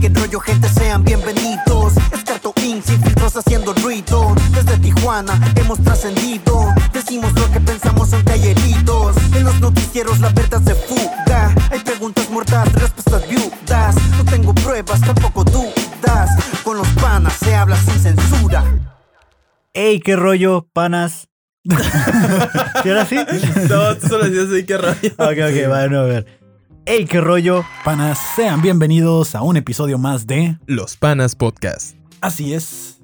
Que rollo gente sean bienvenidos Es Carto Inc, sin filtros haciendo ruido Desde Tijuana hemos trascendido Decimos lo que pensamos en talleritos En los noticieros la verdad se fuga Hay preguntas muertas, respuestas viudas No tengo pruebas, tampoco dudas Con los panas se habla sin censura ¡Ey, qué rollo, panas! ¿Sí era así? No, tú solo decías así, qué rabia. Ok, ok, va de nuevo a ver. ¡Ey, qué rollo! Panas, sean bienvenidos a un episodio más de Los Panas Podcast. Así es.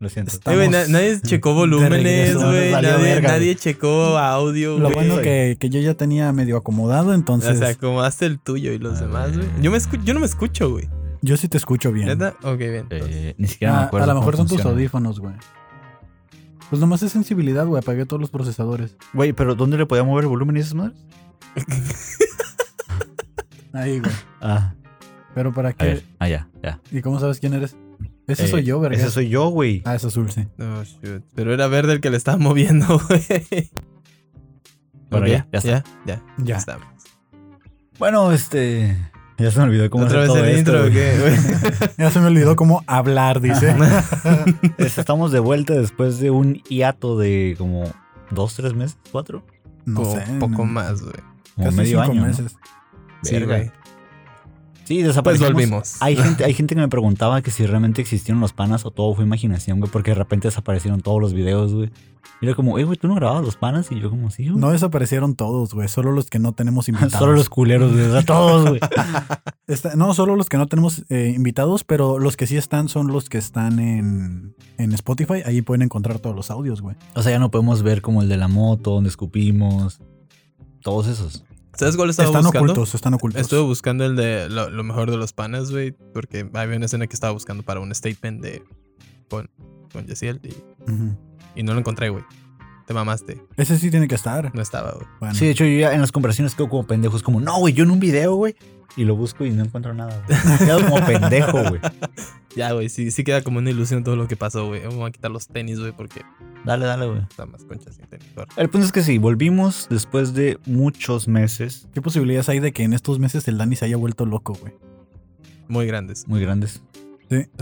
Lo siento. Eh, güey, na- Estamos nadie checó volúmenes, regreso, nos güey. valió Nadie, verga, nadie checó audio, Lo güey. bueno que, que yo ya tenía medio acomodado, O entonces Ah, sea, acomodaste el tuyo y los A demás, ver. güey. Yo, me escu- yo no me escucho, güey. yo sí te escucho bien. ¿Neta? Ok, bien. entonces. Eh, ni siquiera me Ah, acuerdo. a lo mejor son cómo tus funciona. audífonos, güey. Pues nomás es sensibilidad, güey. Apagué todos los procesadores. Güey, pero ¿dónde le podía mover el volumen y esas madres? Ahí, güey. Ah, Pero para A qué. ver, ah, ya, ya. ¿Y cómo sabes quién eres? Ese Eh, soy yo, verga. ese soy yo, güey. Ah, es azul, sí. Oh, shoot. Pero era verde el que le estaba moviendo, güey. Bueno, ya, Ok, ya ya, está. ya, Ya. estamos. Bueno, este. Ya se me olvidó cómo ¿Otra hacer vez todo el intro esto, o güey. qué, güey? Ya se me olvidó cómo hablar, dice. Es- Estamos de vuelta después de un hiato de como dos, tres meses, cuatro. No Como sé. Un poco no- más, güey. Como casi medio cinco año. ¿no? meses. Sí, Verga. güey. Sí, Pues desaparecimos. volvimos. Hay gente, hay gente que me preguntaba que si realmente existieron los panas o todo fue imaginación, güey, porque de repente desaparecieron todos los videos, güey. Y era como, eh, güey, ¿tú no grababas los panas? Y yo como, sí, güey. No desaparecieron todos, güey. Solo los que no tenemos invitados. Solo los culeros, güey. O sea, todos, güey. Está- no, solo los que no tenemos eh, invitados, pero los que sí están son los que están en, en Spotify. Ahí pueden encontrar todos los audios, güey. O sea, ya no podemos ver como el de la moto, donde escupimos. Todos esos. ¿Sabes cuál estaba Están buscando? ocultos, están ocultos. Estuve buscando el de lo, lo mejor de los panas, güey, porque había una escena que estaba buscando para un statement de con, con Yesiel y, Ujú. y no lo encontré, güey. Te mamaste, Ese sí tiene que estar. no estaba, güey. Bueno, Sí, de hecho, yo ya en las conversaciones quedo como pendejo. Es como, no, güey, yo en un video, güey. Y lo busco y no encuentro nada. güey. Quedo como pendejo, güey. Ya, güey, sí, sí queda como una ilusión todo lo que pasó, güey. Vamos a quitar los tenis, güey, porque Dale, Ah, dale, güey. está más concha sin tenis. Por- El punto es que sí, volvimos después de muchos meses ¿Qué posibilidades hay de que en estos meses el Dani se haya vuelto loco, güey? Muy grandes. muy grandes.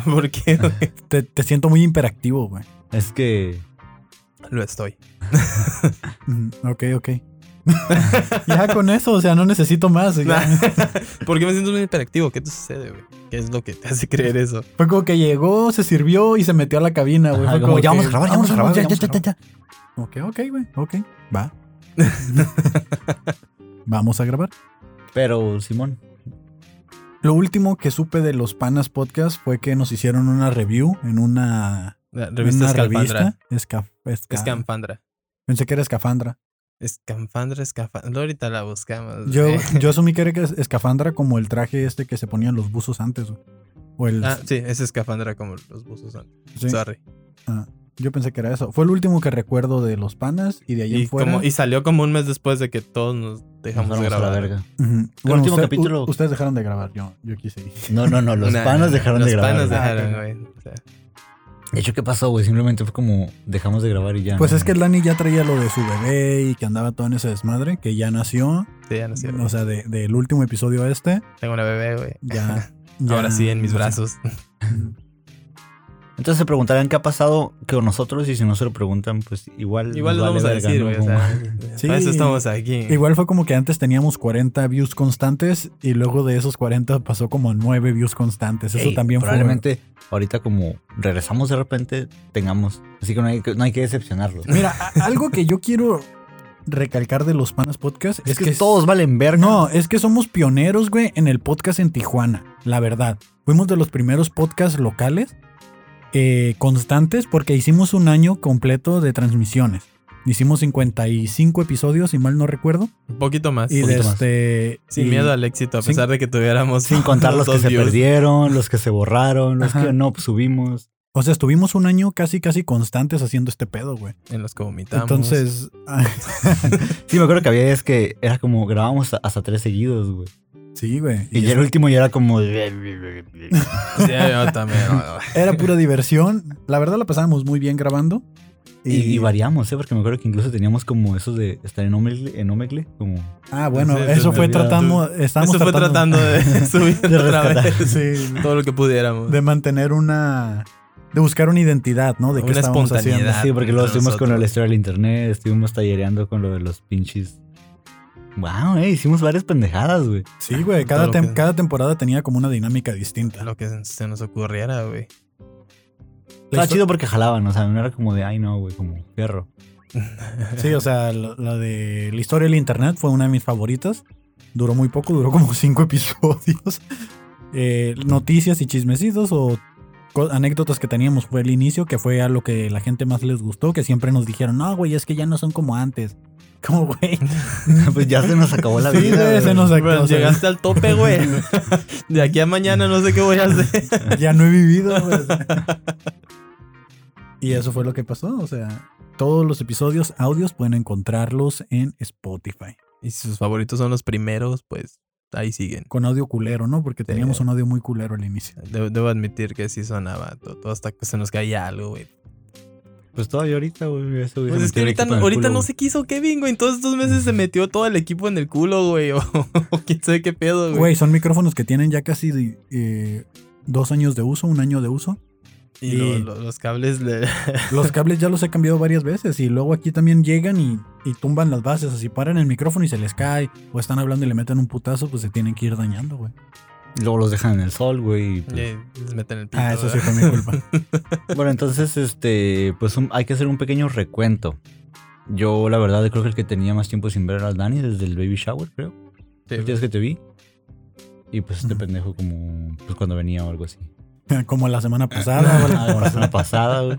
¿Por qué? güey? Te, te siento muy imperactivo, güey. Es que lo estoy. Mm, Ok, ok. ya con eso, o sea, no necesito más. ya. ¿Por qué me siento muy hiperactivo? ¿Qué te sucede, güey? ¿Qué es lo que te hace creer eso? Fue como que llegó, se sirvió y se metió a la cabina, Ah, güey. Ajá, Fue como, ya que, vamos a grabar, ya vamos a grabar, Ya, ya ya, vamos a ya, ya, ya. Como que, ok, güey, ok, va. vamos a grabar. Pero, Simón, Lo último que supe de los Panas Podcast fue que nos hicieron una review en una La revista en una Escalfandra. revista. Ah. Esca- esca- Escalfandra. Pensé que era escafandra. Escalfandra, escalfandra. Ahorita la buscamos. Yo, Eh. güey. yo asumí que era es- escafandra como el traje este que se ponían los buzos antes, güey. O el. Ah, sí, es escafandra como los buzos son. sí, Sorry. yo pensé que era eso. Fue el último que recuerdo de los panas y de ahí Y, en fuera. como- y salió como un mes después de que todos nos dejamos nos de vamos a grabar. la verga. Ujú. último usted- capítulo- u- ustedes dejaron de grabar, yo, yo quise ir. No, no, no, los Nah, panas dejaron de grabar. Los güey. panas Ah, dejaron, güey. O sea, De hecho, ¿qué pasó, güey? Simplemente fue como dejamos de grabar y ya. Pues Ah, ¿no? es que el Dani ya traía lo de su bebé y que andaba todo en ese desmadre, que ya nació. sí, ya no sé, güey. O sea, de- del último episodio a este, Tengo una bebé, güey. ya. ya- Ahora sí, en o mis sea, brazos. Entonces se preguntarán qué ha pasado con nosotros y si no se lo preguntan, pues igual. Igual lo nos vamos a vale verga, decir, ¿no? güey. O Como- sea, Sí. para eso estamos aquí. Igual fue como que antes teníamos 40 views constantes y luego de esos 40 pasó como a 9 views constantes. Eso Ey, también fue. Probablemente ahorita, como regresamos de repente, tengamos. Así que no hay que, no hay que decepcionarlos. Mira, a- algo que yo quiero recalcar de los Panas Podcast Es, que, todos valen verga. No, es que somos pioneros, güey, en el podcast en Tijuana, la verdad. Fuimos de los primeros podcasts locales eh, constantes porque hicimos un año completo de transmisiones. Hicimos 55 episodios, si mal no recuerdo. Un poquito más. Y este, Un poquito desde. Sin miedo al éxito, a sin- pesar de que tuviéramos. Sin contar los que dos se views. perdieron, los que se borraron, los Ajá. que no pues, subimos. O sea, estuvimos un año casi, casi constantes haciendo este pedo, güey. En los que vomitamos. Entonces, ah, Sí, me acuerdo que había días que era como grabábamos hasta tres seguidos, güey. sí, güey. Y, Y ya el último ya era como. Sí, yo también. Era pura diversión. La verdad la pasábamos muy bien grabando. Y, y variamos, ¿eh? Porque me acuerdo que incluso teníamos como esos de estar en Omegle, en Omegle como Ah, bueno, Sí, eso se fue me olvidaba. tratando. Estamos Eso fue tratando de subir De otra rescatar. vez Sí, todo lo que pudiéramos. de mantener una. De buscar una identidad, ¿no? De qué Una estábamos haciendo. espontaneidad. Pues Sí, porque luego entre estuvimos con nosotros. la historia del internet, estuvimos tallereando con lo de los pinches. Wow, eh, hicimos varias pendejadas, güey. Sí, güey. Todo Cada, lo tem- que- cada temporada tenía como una dinámica distinta. Lo que se nos ocurriera, güey. La Estaba histo- chido porque jalaban, o sea, no era como de, ay no, güey, como perro. Sí, o sea, la, la de la historia del internet fue una de mis favoritas. Duró muy poco, duró como cinco episodios. Eh, noticias y chismecitos o co- anécdotas que teníamos fue el inicio, que fue a lo que la gente más les gustó, que siempre nos dijeron, no, güey, es que ya no son como antes. Como, güey. pues ya se nos acabó la Sí, vida. güey, se güey. nos acabó, Bueno, o sea, llegaste al tope, güey. De aquí a mañana no sé qué voy a hacer. ya no he vivido. güey. y eso fue lo que pasó. O sea, todos los episodios, audios, pueden encontrarlos en Spotify. Y si sus favoritos son los primeros, pues ahí siguen. Con audio culero, ¿no? Porque teníamos un audio muy culero al inicio. De- debo admitir que sí sonaba todo, todo hasta que se nos caía algo, güey. Pues todavía ahorita, güey, eso hubiese Pues es que metido ahorita, el equipo no, en el ahorita culo, no güey. se quiso Kevin, güey. En todos estos meses se metió todo el equipo en el culo, güey. O, o quién sabe qué pedo, güey. Güey, son micrófonos que tienen ya casi eh, dos años de uso, un año de uso. Y lo- y- lo- los cables de... Los cables ya los he cambiado varias veces y luego aquí también llegan y, y tumban las bases, así paran el micrófono y se les cae o están hablando y le meten un putazo, pues se tienen que ir dañando, güey. Y Luego los dejan en el sol, güey. y, pues, Eh, les meten el pito. Ah, eso sí ¿verdad? fue mi culpa. Bueno, entonces, este, pues un- hay que hacer un pequeño recuento. Yo, la verdad, creo que el que tenía más tiempo sin ver era el Dani desde el baby shower, creo. Sí, El día que te vi. Y pues este Ujú. pendejo como, pues cuando venía o algo así. Como la semana pasada, güey. Ah, bueno, la semana pasada, güey.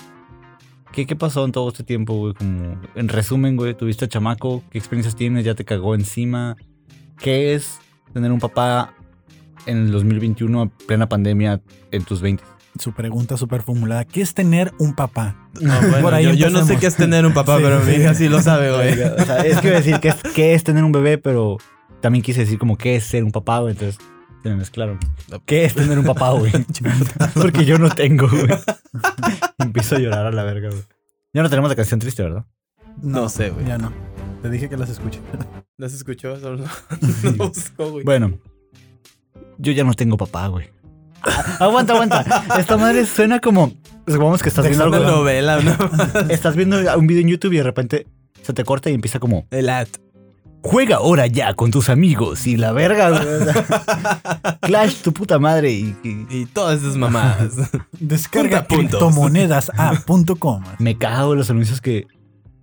¿Qué, ¿Qué pasó en todo este tiempo, güey? Como, en resumen, güey, tuviste a chamaco, ¿qué experiencias tienes? ¿Ya te cagó encima? ¿Qué es tener un papá en el 2021, en plena pandemia, en tus 20? su pregunta súper formulada. ¿Qué es tener un papá? No, bueno, Por ahí yo, yo no sé empecemos. qué es tener un papá, Sí, pero mi sí. hija sí lo sabe, O güey. sea, es que iba a decir que es, qué es tener un bebé, pero también quise decir como qué es ser un papá, güey. Entonces se me mezclaron. ¿Qué es tener un papá, güey? Porque yo no tengo, güey. Empiezo a llorar a la verga, güey. Ya no tenemos la canción triste, ¿verdad? No sé, güey. Ya no. Te dije que las escuché. No se escuchó, solo no, no buscó, güey. Bueno, yo ya no tengo papá, güey. Ah, aguanta, aguanta. Esta madre suena como. Supongamos que estás De viendo Es una algo. novela, ¿no? Estás viendo un video en YouTube y de repente se te corta y empieza como. El at. Juega ahora ya con tus amigos y la verga, güey. Clash, tu puta madre. Y, y Y todas esas mamadas. Descarga Punta puntos. criptomonedasa.com. me cago en los anuncios que.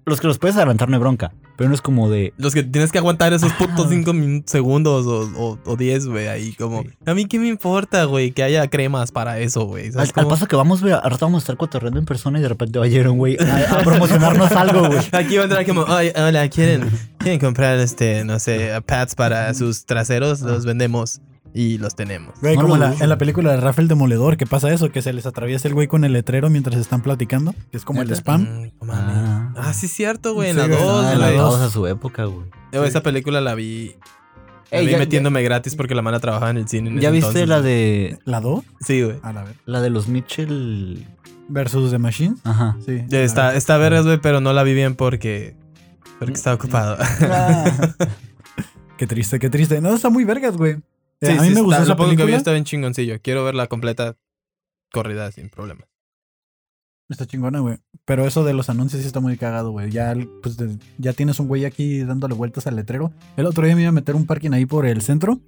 Los que los puedes adelantar no hay bronca. Pero no es como de. Los que tienes que aguantar esos putos 5 segundos o- o o 10, güey, ahí como... A mí qué me importa, güey, que haya cremas para eso, güey. Al, ¿Sabes al cómo? paso que vamos, güey, ahorita vamos a estar cotorreando en persona y de repente va a llegar un güey a, a promocionarnos algo, güey. Aquí va a entrar como, "Ay, hola, ¿quieren, ¿quieren comprar, este, no sé, pads para sus traseros? Los vendemos y los tenemos. Güey, No como lo la- dudo. en la película de Rafael Demoledor, que pasa eso, que se les atraviesa el güey con el letrero mientras están platicando, que es como el ¿Neta? spam. Mm, no mames. Ah. Ah, sí, es cierto, güey, en Sí, la güey, Ah, 2, la güey. dos a su época, güey. Yo Esa película la vi... La Ey, vi ya- metiéndome gratis porque la mala trabajaba en el cine. en ¿Ya ese viste entonces, la güey. de ¿La do? Sí, güey. A la ver. la de los Mitchell? Versus The Machine. Ajá. Sí. Ya Está, está vergas, güey, pero no la vi bien porque... Porque Mm, estaba ocupado. eh, Qué triste, qué triste. No, está muy vergas, güey. Eh, a mí me está- gustó esa lo poco que vi película. está bien chingoncillo. Quiero verla completa, corrida, sin problema. Está chingona, güey. Pero eso de los anuncios sí está muy cagado, güey. Ya, pues, de- ya tienes un güey aquí dándole vueltas al letrero. El otro día me iba a meter un parking ahí por el centro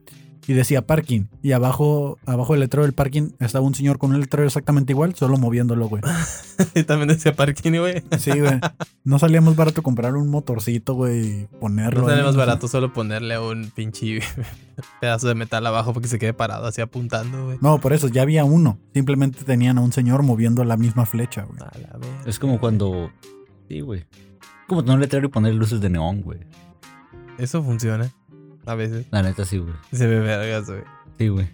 y decía parking. Y abajo, abajo del letrero del parking estaba un señor con un letrero exactamente igual, solo moviéndolo, güey. Y también decía parking, güey. Sí, güey. No salía más barato comprar un motorcito, güey, y ponerlo. No sale ahí, más sé. barato solo ponerle un pinche pedazo de metal abajo porque se quede parado así apuntando, güey. No, por eso, ya había uno. Simplemente tenían a un señor moviendo la misma flecha, güey. A la verga. Es como cuando. Sí, güey. Como tener un letrero y poner luces de neón, güey. Eso funciona. A veces. La neta, sí, güey. Se ve vergas, güey. Sí, güey.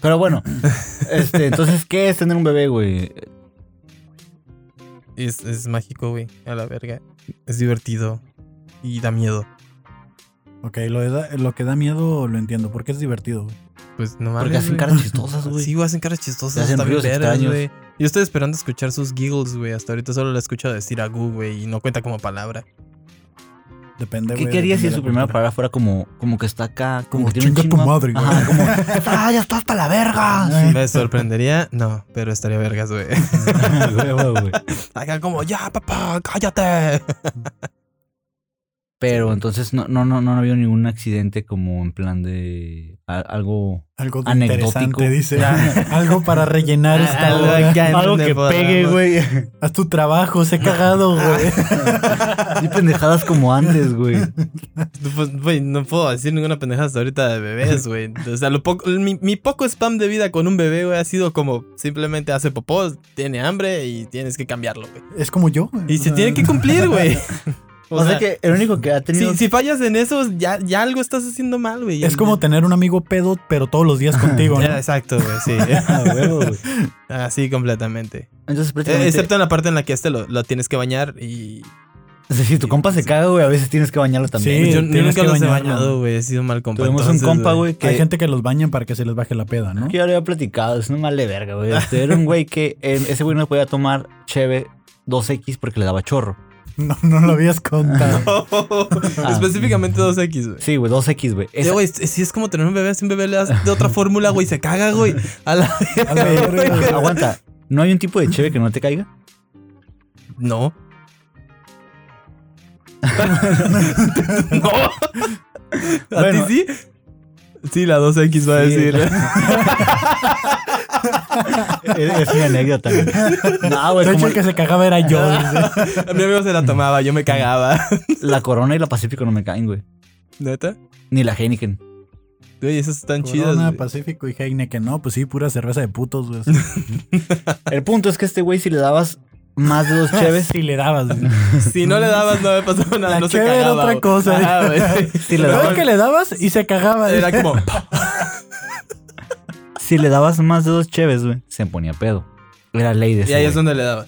Pero bueno, este, entonces, ¿qué es tener un bebé, güey? Y Es, es mágico, güey. A la verga. Es divertido. Y da miedo. Ok, lo, de da- lo que da miedo lo entiendo, porque es divertido, güey. Pues no mames. Porque hacen güey. Ah, caras chistosas, güey. Sí, güey, hacen caras chistosas. Hacen Hacen ruidos vergas, extraños. güey. Yo estoy esperando escuchar sus giggles, güey. Hasta ahorita solo la he escuchado decir agu, güey, y no cuenta como palabra. Depende, ¿Qué, güey, qué haría si depende de su la primera cultura. palabra fuera como, como que está acá? Como que tiene un chinga tu chingo- madre, güey. Ajá, como, ah, ya está hasta la verga. Ay, Me sorprendería, no, pero estaría vergas, güey. Huevo, güey. Acá como, ya, papá, cállate. Pero entonces no, no, no, no había ningún accidente como en plan de a- algo. Algo de Anecdótico. interesante, dice. Algo para rellenar esta Ah. Algo hora. acá en donde podamos. güey. Haz tu trabajo, se ha cagado, Ah. güey. Y pendejadas como antes, güey. No, pues, güey, no puedo decir ninguna pendejada hasta ahorita de bebés, güey. O sea, lo poco, mi, mi poco spam de vida con un bebé, güey, ha sido como simplemente hace popó, tiene hambre y tienes que cambiarlo, güey. Es como yo. güey. Y O se sea, tiene que cumplir, güey. O, sea, que el único que ha tenido. si, si fallas en eso, ya, ya algo estás haciendo mal, güey. Es como tener un amigo pedo, pero todos los días contigo, ¿no? Ah, Ya, Exacto, güey, sí. Ah, huevo, güey. Así completamente. Entonces, Eh, prácticamente. Excepto en la parte en la que este lo, lo tienes que bañar y... o sea, si tu compa se caga, güey, a veces tienes que bañarlo también. Sí, pues yo yo tienes nunca que los he bañarlo. bañado, güey. He sido mal compa. Tuvimos entonces, un compa, güey, que. Hay gente que los bañan para que se les baje la peda, ¿no? Que ya lo había platicado, es una mala verga, güey. Este, era un güey que eh, ese güey no podía tomar cheve 2X porque le daba chorro. No, no lo habías contado. Específicamente 2X, güey. Sí, güey, 2X, güey. Esa- Sí, güey, es- sí es como tener un bebé, si un bebé le das de otra fórmula, güey, se caga, güey. A la A la verga. aguanta, ¿no hay un tipo de cheve que no te caiga? No. no. ¿A Bueno. ti sí? Sí, la 2X va a Sí, decir. Es, es una anécdota, güey. No, güey, De hecho, como el que se cagaba era yo. Ah, dice. A mi amigo se la tomaba, yo me cagaba. la Corona y la Pacífico no me caen, güey. ¿Neta? Ni la Heineken. Güey, esas están chidas. Corona, güey. Pacífico y Heineken. No, pues sí, pura cerveza de putos, güey. El punto es que este güey, si le dabas más de Ah, dos Chévez. cheves, Si le dabas, güey. Si no le dabas, no me pasaba nada. La no se cheve cagaba. era otra güey. cosa. Ajá, güey. si le Pero dabas, es que le dabas y se cagaba. Era dice. como. si le dabas más de dos cheves, güey, se ponía pedo. Era ley de Y ese ahí güey. es donde le dabas.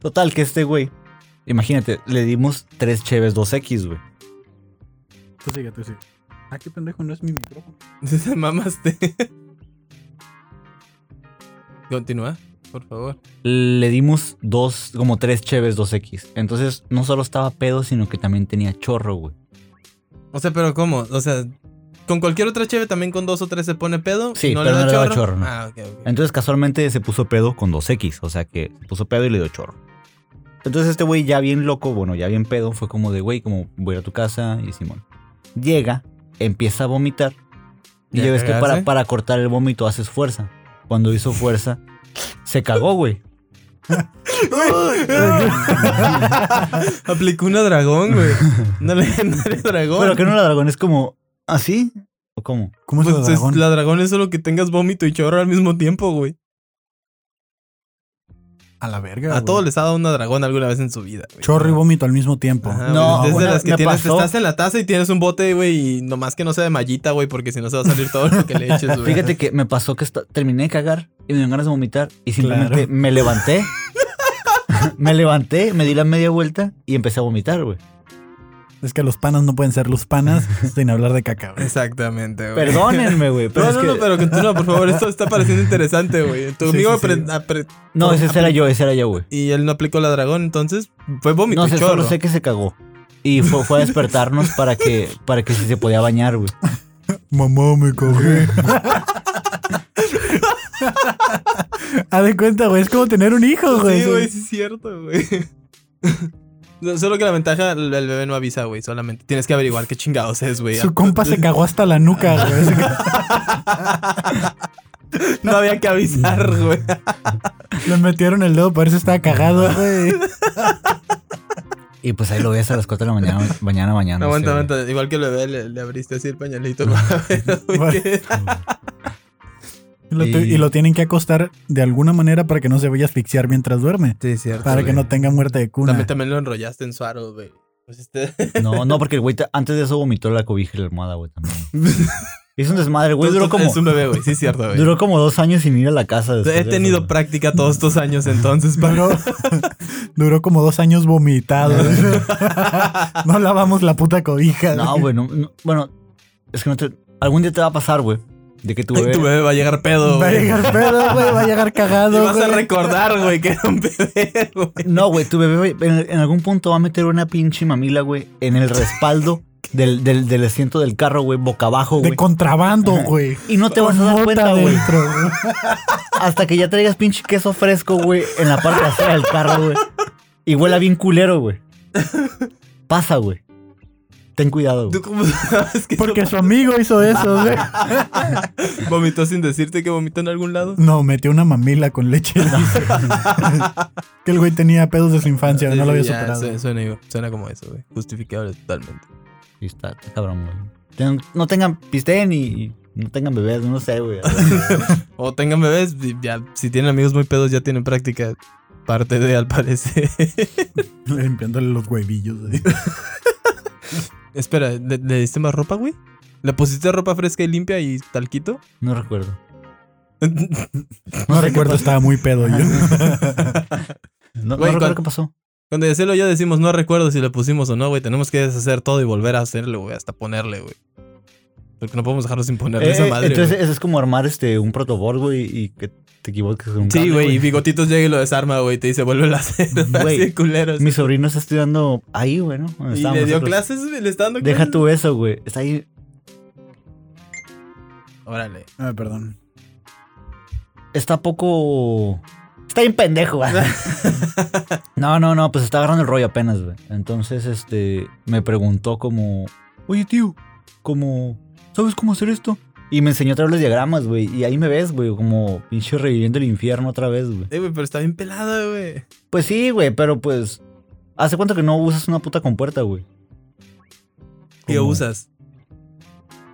Total, que este güey, imagínate, le dimos tres cheves 2X, güey. Tú sigue, tú sigue. Ah, qué pendejo, no es mi micrófono. Te mamaste. Continúa, por favor. le dimos dos, como tres cheves 2X. Entonces, no solo estaba pedo, sino que también tenía chorro, güey. O sea, pero ¿cómo? O sea, con cualquier otra cheve también con dos o tres se pone pedo. Sí, pero no le daba chorro, no. Ah, ok, ok. Entonces, casualmente se puso pedo con 2X, o sea que se puso pedo y le dio chorro. Entonces, este güey ya bien loco, bueno, ya bien pedo, fue como de, güey, como voy a ir a tu casa y Simón. Llega, empieza a vomitar. Y ¿Ya ya ves que para, cagaste? para cortar el vómito haces fuerza. Cuando hizo fuerza, se cagó, güey. Aplicó una dragón, güey. No le no le dragón. Pero que no la dragón es como, ¿así? ¿O cómo? ¿Cómo es Pues el es- dragón? la dragón es solo que tengas vómito y chorro al mismo tiempo, güey. A la verga. A güey. todos les ha dado una dragón alguna vez en su vida, güey. Chorro y vómito al mismo tiempo. Ajá, No, güey, desde una- las que me tienes, pasó. estás en la taza y tienes un bote, güey, y nomás que no sea de mallita, güey, porque si no se va a salir todo lo que le eches, güey. Fíjate que me pasó que esta- terminé de cagar y me dieron ganas de vomitar y simplemente Claro. me levanté. me levanté, me di la media vuelta y empecé a vomitar, güey. Es que los panas no pueden ser los panas sin hablar de caca, güey. Exactamente, güey. Perdónenme, güey. Pero No, es no, que- no, pero continúa, por favor. Esto está pareciendo interesante, güey. Tu Sí, amigo sí, sí. apre- apre- No, ese era yo, ese era yo, güey. y él no aplicó la dragón, entonces fue vómito No y sé, chorro. solo sé que se cagó. Y fue, fue a despertarnos para que, para que si se podía bañar, güey. Mamá, me cagué. Haz de cuenta, güey. Es como tener un hijo, güey. Sí, güey, sí es cierto, güey. No, Solo que la ventaja, el el bebé no avisa, güey. Solamente tienes que averiguar qué chingados es, güey. Su compa se cagó hasta la nuca, güey. Se cagó- No había que avisar, güey. Le metieron el dedo, por eso estaba cagado, güey. Y pues ahí lo ves a las 4 de la mañana, mañana, mañana. aguanta, aguanta. Igual que el bebé, le, le abriste así el pañalito. para ver, güey, Vale. qué- Lo tu- Y- y lo tienen que acostar de alguna manera para que no se vaya a asfixiar mientras duerme. Sí, es cierto. Para que güey. no tenga muerte de cuna. También, también lo enrollaste en suaro, güey. Pues este... No, no, porque el güey ta- antes de eso vomitó la cobija y la almohada, güey, también. Hizo un desmadre, Pues güey. Duró como, Es un bebé, güey. Sí, es cierto, güey. duró como dos años sin ir a la casa. después He de eso, tenido güey. práctica todos estos años entonces para... Duró, duró como dos años vomitado. no lavamos la puta cobija. No, güey. güey, no, no, bueno, es que no te, algún día te va a pasar, güey. De que tu Ay, bebé. tu bebé va a llegar pedo, Va a güey. llegar pedo, güey, va a llegar Y cagado. vas a güey. recordar, güey, que era un bebé, güey. No, güey, tu bebé en, en algún punto va a meter una pinche mamila, güey, en el respaldo del, del, del asiento del carro, güey, boca abajo, de güey. contrabando, güey. Y no te vas a Con dar cuenta, mota güey. dentro, güey. Hasta que ya traigas pinche queso fresco, güey, en la parte trasera del carro, güey. Y huela bien culero, güey. Pasa, güey. Ten cuidado, ¿Tú güey. cómo sabes que Porque su amigo hizo eso, güey. vomitó sin decirte que vomitó en algún lado? No, metió una mamila con leche. dice. que el güey tenía pedos de su infancia, no lo había Sí, ya, superado. su- Suena, igual- suena como eso, güey. Justificable totalmente. Y está, está cabrón, güey. Ten- no tengan pisteen y, y no tengan bebés, no sé, güey. O tengan bebés, y ya, si tienen amigos muy pedos, ya tienen práctica parte de, al parecer. Limpiándole los huevillos. güey. Espera, ¿le, le diste más ropa, güey? ¿Le pusiste ropa fresca y limpia y talquito? No recuerdo. ¿Cuándo No recuerdo, estaba muy pedo yo. No, no Güey, recuerdo cuan- qué pasó. ya se lo ya decimos, no recuerdo si le pusimos o no, güey. Tenemos que deshacer todo y volver a hacerlo, güey. Hasta ponerle, güey. Porque no podemos dejarlo sin ponerle Eh, esa madre. entonces güey. eso es como armar este un protobol, güey, y que te equivoques con un Sí, cable, güey, y Bigotitos llega y lo desarma, güey, y te dice, vuelve a hacer. Güey, Así, culeros. Mi sobrino está estudiando ahí, güey, ¿no? Donde Y estábamos le dio nosotros. clases, güey, le está dando Deja clases. tu eso, güey. Está ahí. Órale. Ah, perdón. Está poco. Está bien pendejo, güey. No, no, no, pues está agarrando el rollo apenas, güey. Entonces, este. Me preguntó como. Oye, tío, como. ¿Sabes cómo hacer esto? Y me enseñó otra vez los diagramas, güey. Y ahí me ves, güey, como pinche reviviendo el infierno otra vez, güey. Eh, güey, pero está bien pelada, güey. Pues sí, güey, pero pues. ¿Hace cuánto que no usas una puta compuerta, güey? ¿Qué Como- usas?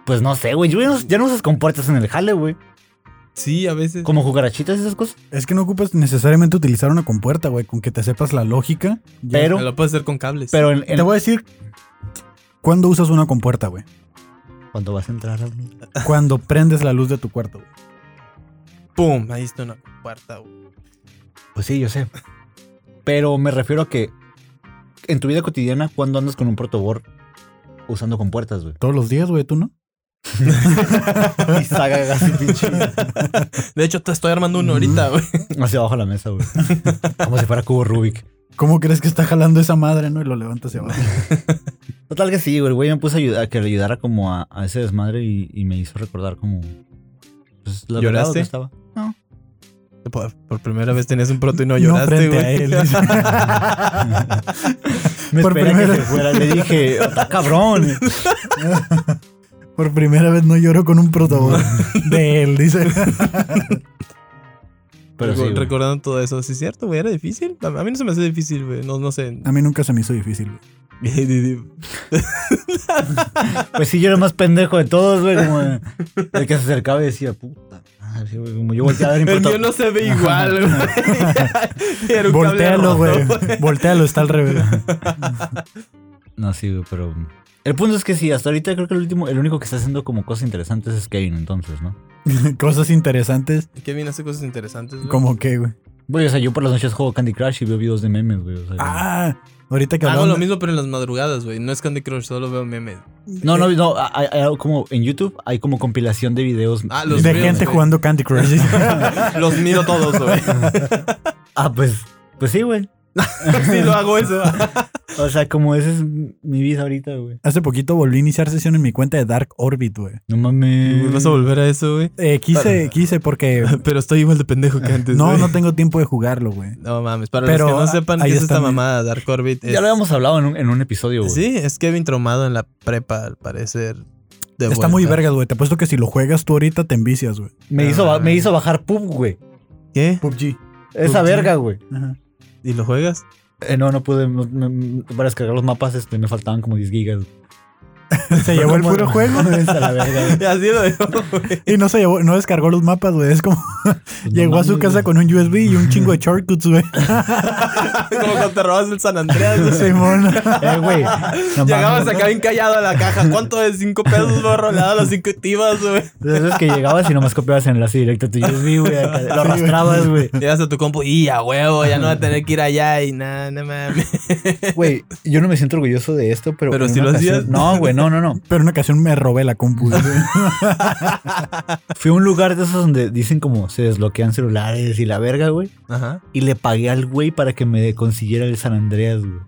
Pues no sé, güey. Yo ya no, ya no usas compuertas en el jale, güey. Sí, a veces. Como jugarrachitas y esas cosas. Es que no ocupas necesariamente utilizar una compuerta, güey. Con que te sepas la lógica. ya- Pero- Ah, Lo puedes hacer con cables. Pero en, en- Te voy a decir cuándo usas una compuerta, güey. cuando vas a entrar a un- Cuando prendes la luz de tu cuarto. güey. ¡Pum! Ahí está una puerta, güey. Pues sí, yo sé. Pero me refiero a que en tu vida cotidiana, cuando andas con un protobor usando compuertas, güey. Todos los días, güey, tú no. Y saca casi pinche. De hecho, te estoy armando uno ahorita, güey. Hacia abajo de la mesa, güey. Como si fuera cubo Rubik. ¿Cómo crees que está jalando esa madre, no? Y lo levantas y abajo. Total que sí, güey. El güey me puso a, ayudar, a que le ayudara como a, a ese desmadre y, y me hizo recordar como. Pues, la verdad, ¿Lloraste? que estaba. No. Por, por primera vez tenías un proto y no no lloraste, frente a güey. él. Me Por esperé a que primera- se fuera. Le dije, "Está cabrón. Por primera vez no lloro con un protobol de él, dice. Pero Recu- sí, güey. recordando todo eso, sí es cierto, güey, era difícil. A, a mí no se me hace difícil, güey. No, no sé. A mí nunca se me hizo difícil. güey. Pues sí, yo era más pendejo de todos, güey. Como eh, el que se acercaba y decía, puta. madre", güey, Como yo volteaba a ver El importaba. mío no se ve igual, güey. Era un cable Voltéalo, roto, güey. Voltéalo, está al revés. No, sí, güey, pero. El punto es que sí, hasta ahorita creo que el último, el único que está haciendo como cosas interesantes es Kevin, entonces, ¿no? Cosas interesantes, Kevin hace cosas interesantes, güey. como que, güey. Güey, o sea, yo por las noches juego Candy Crush y veo videos de memes, güey. O sea, Ah, ahorita que Hago hablamos. lo mismo, pero en las madrugadas, güey. No es Candy Crush, solo veo memes. no, no, no, hay, hay como en YouTube hay como compilación de videos. Ah, De los reels, gente güey. jugando Candy Crush. Los miro todos, güey. Ah, pues, pues sí, güey. Sí, lo hago eso. O sea, como esa es mi vida ahorita, güey. Hace poquito volví a iniciar sesión en mi cuenta de Dark Orbit, güey. No mames. Pues Vas a volver a eso, güey. Eh, quise, quise porque Pero estoy igual de pendejo que antes. no, güey. no tengo tiempo de jugarlo, güey. No mames, para Pero, los que ah, no sepan ahí qué es está esta mi- mamada Dark Orbit. Ya es- lo habíamos hablado en un, en un episodio, güey. Sí, es Kevin traumado en la prepa, al parecer. de Está vuelta. muy vergas, güey. Te apuesto que si lo juegas tú ahorita te envicias, güey. Me, No hizo, ba- me mames. hizo bajar pub, güey. ¿Qué? PUBG. Esa PUBG. verga, güey. Ajá. ¿Y lo juegas? Eh, no, no pude. no- me- me- para descargar los mapas este, me faltaban como 10 gigas. Se llevó el puro juego güey. Esa la verga, güey. Así lo digo, güey. y no se llevó, no descargó los mapas, güey. Es como llegó a su casa con un USB y un chingo de shortcuts, güey. Como cuando te robas el San Andreas. güey. Simón. Eh, güey. no Llegabas mames. acá bien callado a la caja. ¿Cuánto de cinco pesos, borro? Le daba las cinco tibas, güey. Entonces que llegabas y nomás copiabas el enlace directo a tu USB, güey. acá, Lo arrastrabas, güey. Llegas a tu compu y a huevo, ya no va a tener que ir allá y nada, no mames. Güey, yo no me siento orgulloso de esto, pero. Pero en sí una lo hacías. ocasión- No, güey, no, no, no. Pero en una ocasión me robé la compu. güey. Fui a un lugar de esos donde dicen como se desbloquean celulares y la verga, güey. Ajá. Y le pagué al güey para que me consiguiera el San Andreas, güey.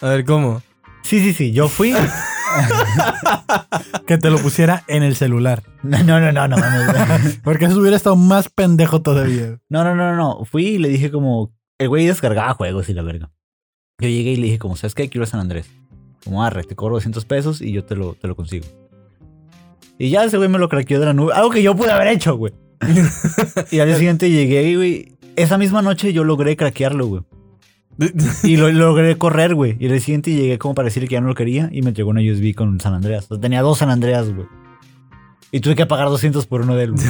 A ver, ¿cómo? Sí, sí, sí, yo fui. que te lo pusiera en el celular. No, no, no, no, no, mames, güey. Porque eso hubiera estado más pendejo todavía. no, no, no, no. Fui y le dije como, el güey descargaba juegos y la verga. Yo llegué y le dije como, ¿sabes qué? Quiero el San Andrés. Como, arre, te cobro 200 pesos y yo te lo, te lo consigo. Y ya ese güey me lo craqueó de la nube. Algo que yo pude haber hecho, güey. y al día siguiente llegué, güey. Esa misma noche yo logré craquearlo, güey. Y lo, lo logré correr, güey. Y el siguiente llegué como para decirle que ya no lo quería y me llegó una USB con un San Andreas. O sea, tenía dos San Andreas, güey. Y tuve que pagar 200 por uno de él, güey.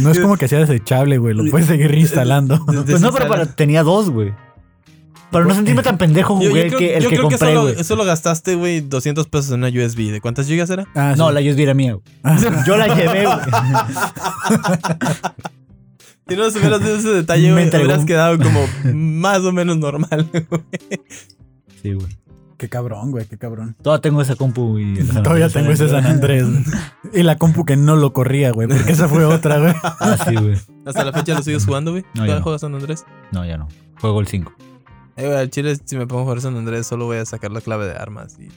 No es como que sea desechable, güey. Lo puedes seguir reinstalando. Pues no, pero para- tenía dos, güey. Para no sentirme tan pendejo, Yo, yo jugué el creo, que, el yo que creo que compré, solo, güey. solo gastaste, güey, 200 pesos en una USB. ¿De cuántas gigas era? Ah, sí. No, la USB era mía, güey. Ah. Yo la llevé, güey. Si no supieras de ese detalle, Me güey, entregó hubieras un- quedado como más o menos normal, güey. Sí, güey. Qué cabrón, güey, qué cabrón. Todavía tengo esa compu y... Todavía tengo ese San Andrés. Y la compu que no lo corría, güey, porque esa fue otra, güey. Ah, sí, güey. Hasta la fecha lo sigues jugando, güey. No, ¿Todavía ya no. juegas San Andrés? No, ya no. Juego el 5. Eh, güey, al chile, si me pongo a jugar San Andrés, solo voy a sacar la clave de armas y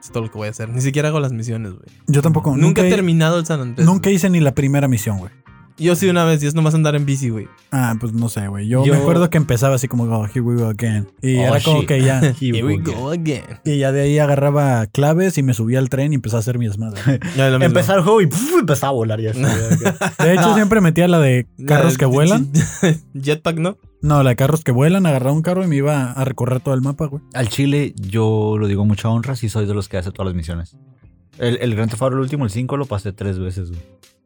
es todo lo que voy a hacer. Ni siquiera hago las misiones, güey. Yo tampoco. Nunca, he terminado el San Andrés. Nunca güey. hice ni la primera misión, güey. Yo sí una vez y es nomás andar en bici, güey. Ah, pues no sé, güey. Yo, Yo- me acuerdo que empezaba así como, oh, here we go again. Y Oh, era como shit. que ya. Here we go again. Y ya de ahí agarraba claves y me subía al tren y empezaba a hacer mi desmadre. Ya, lo mismo. Empezar el juego y puf, empezaba a volar ya. así, güey, acá. De hecho, No. siempre metía la de La- carros que vuelan. Jetpack, ¿no? No, la de carros que vuelan, agarraba un carro y me iba a recorrer todo el mapa, güey. Al Chile, yo lo digo mucha honra, sí soy de los que hace todas las misiones. El, el Gran Theft Auto, el último, el 5, lo pasé tres veces, güey.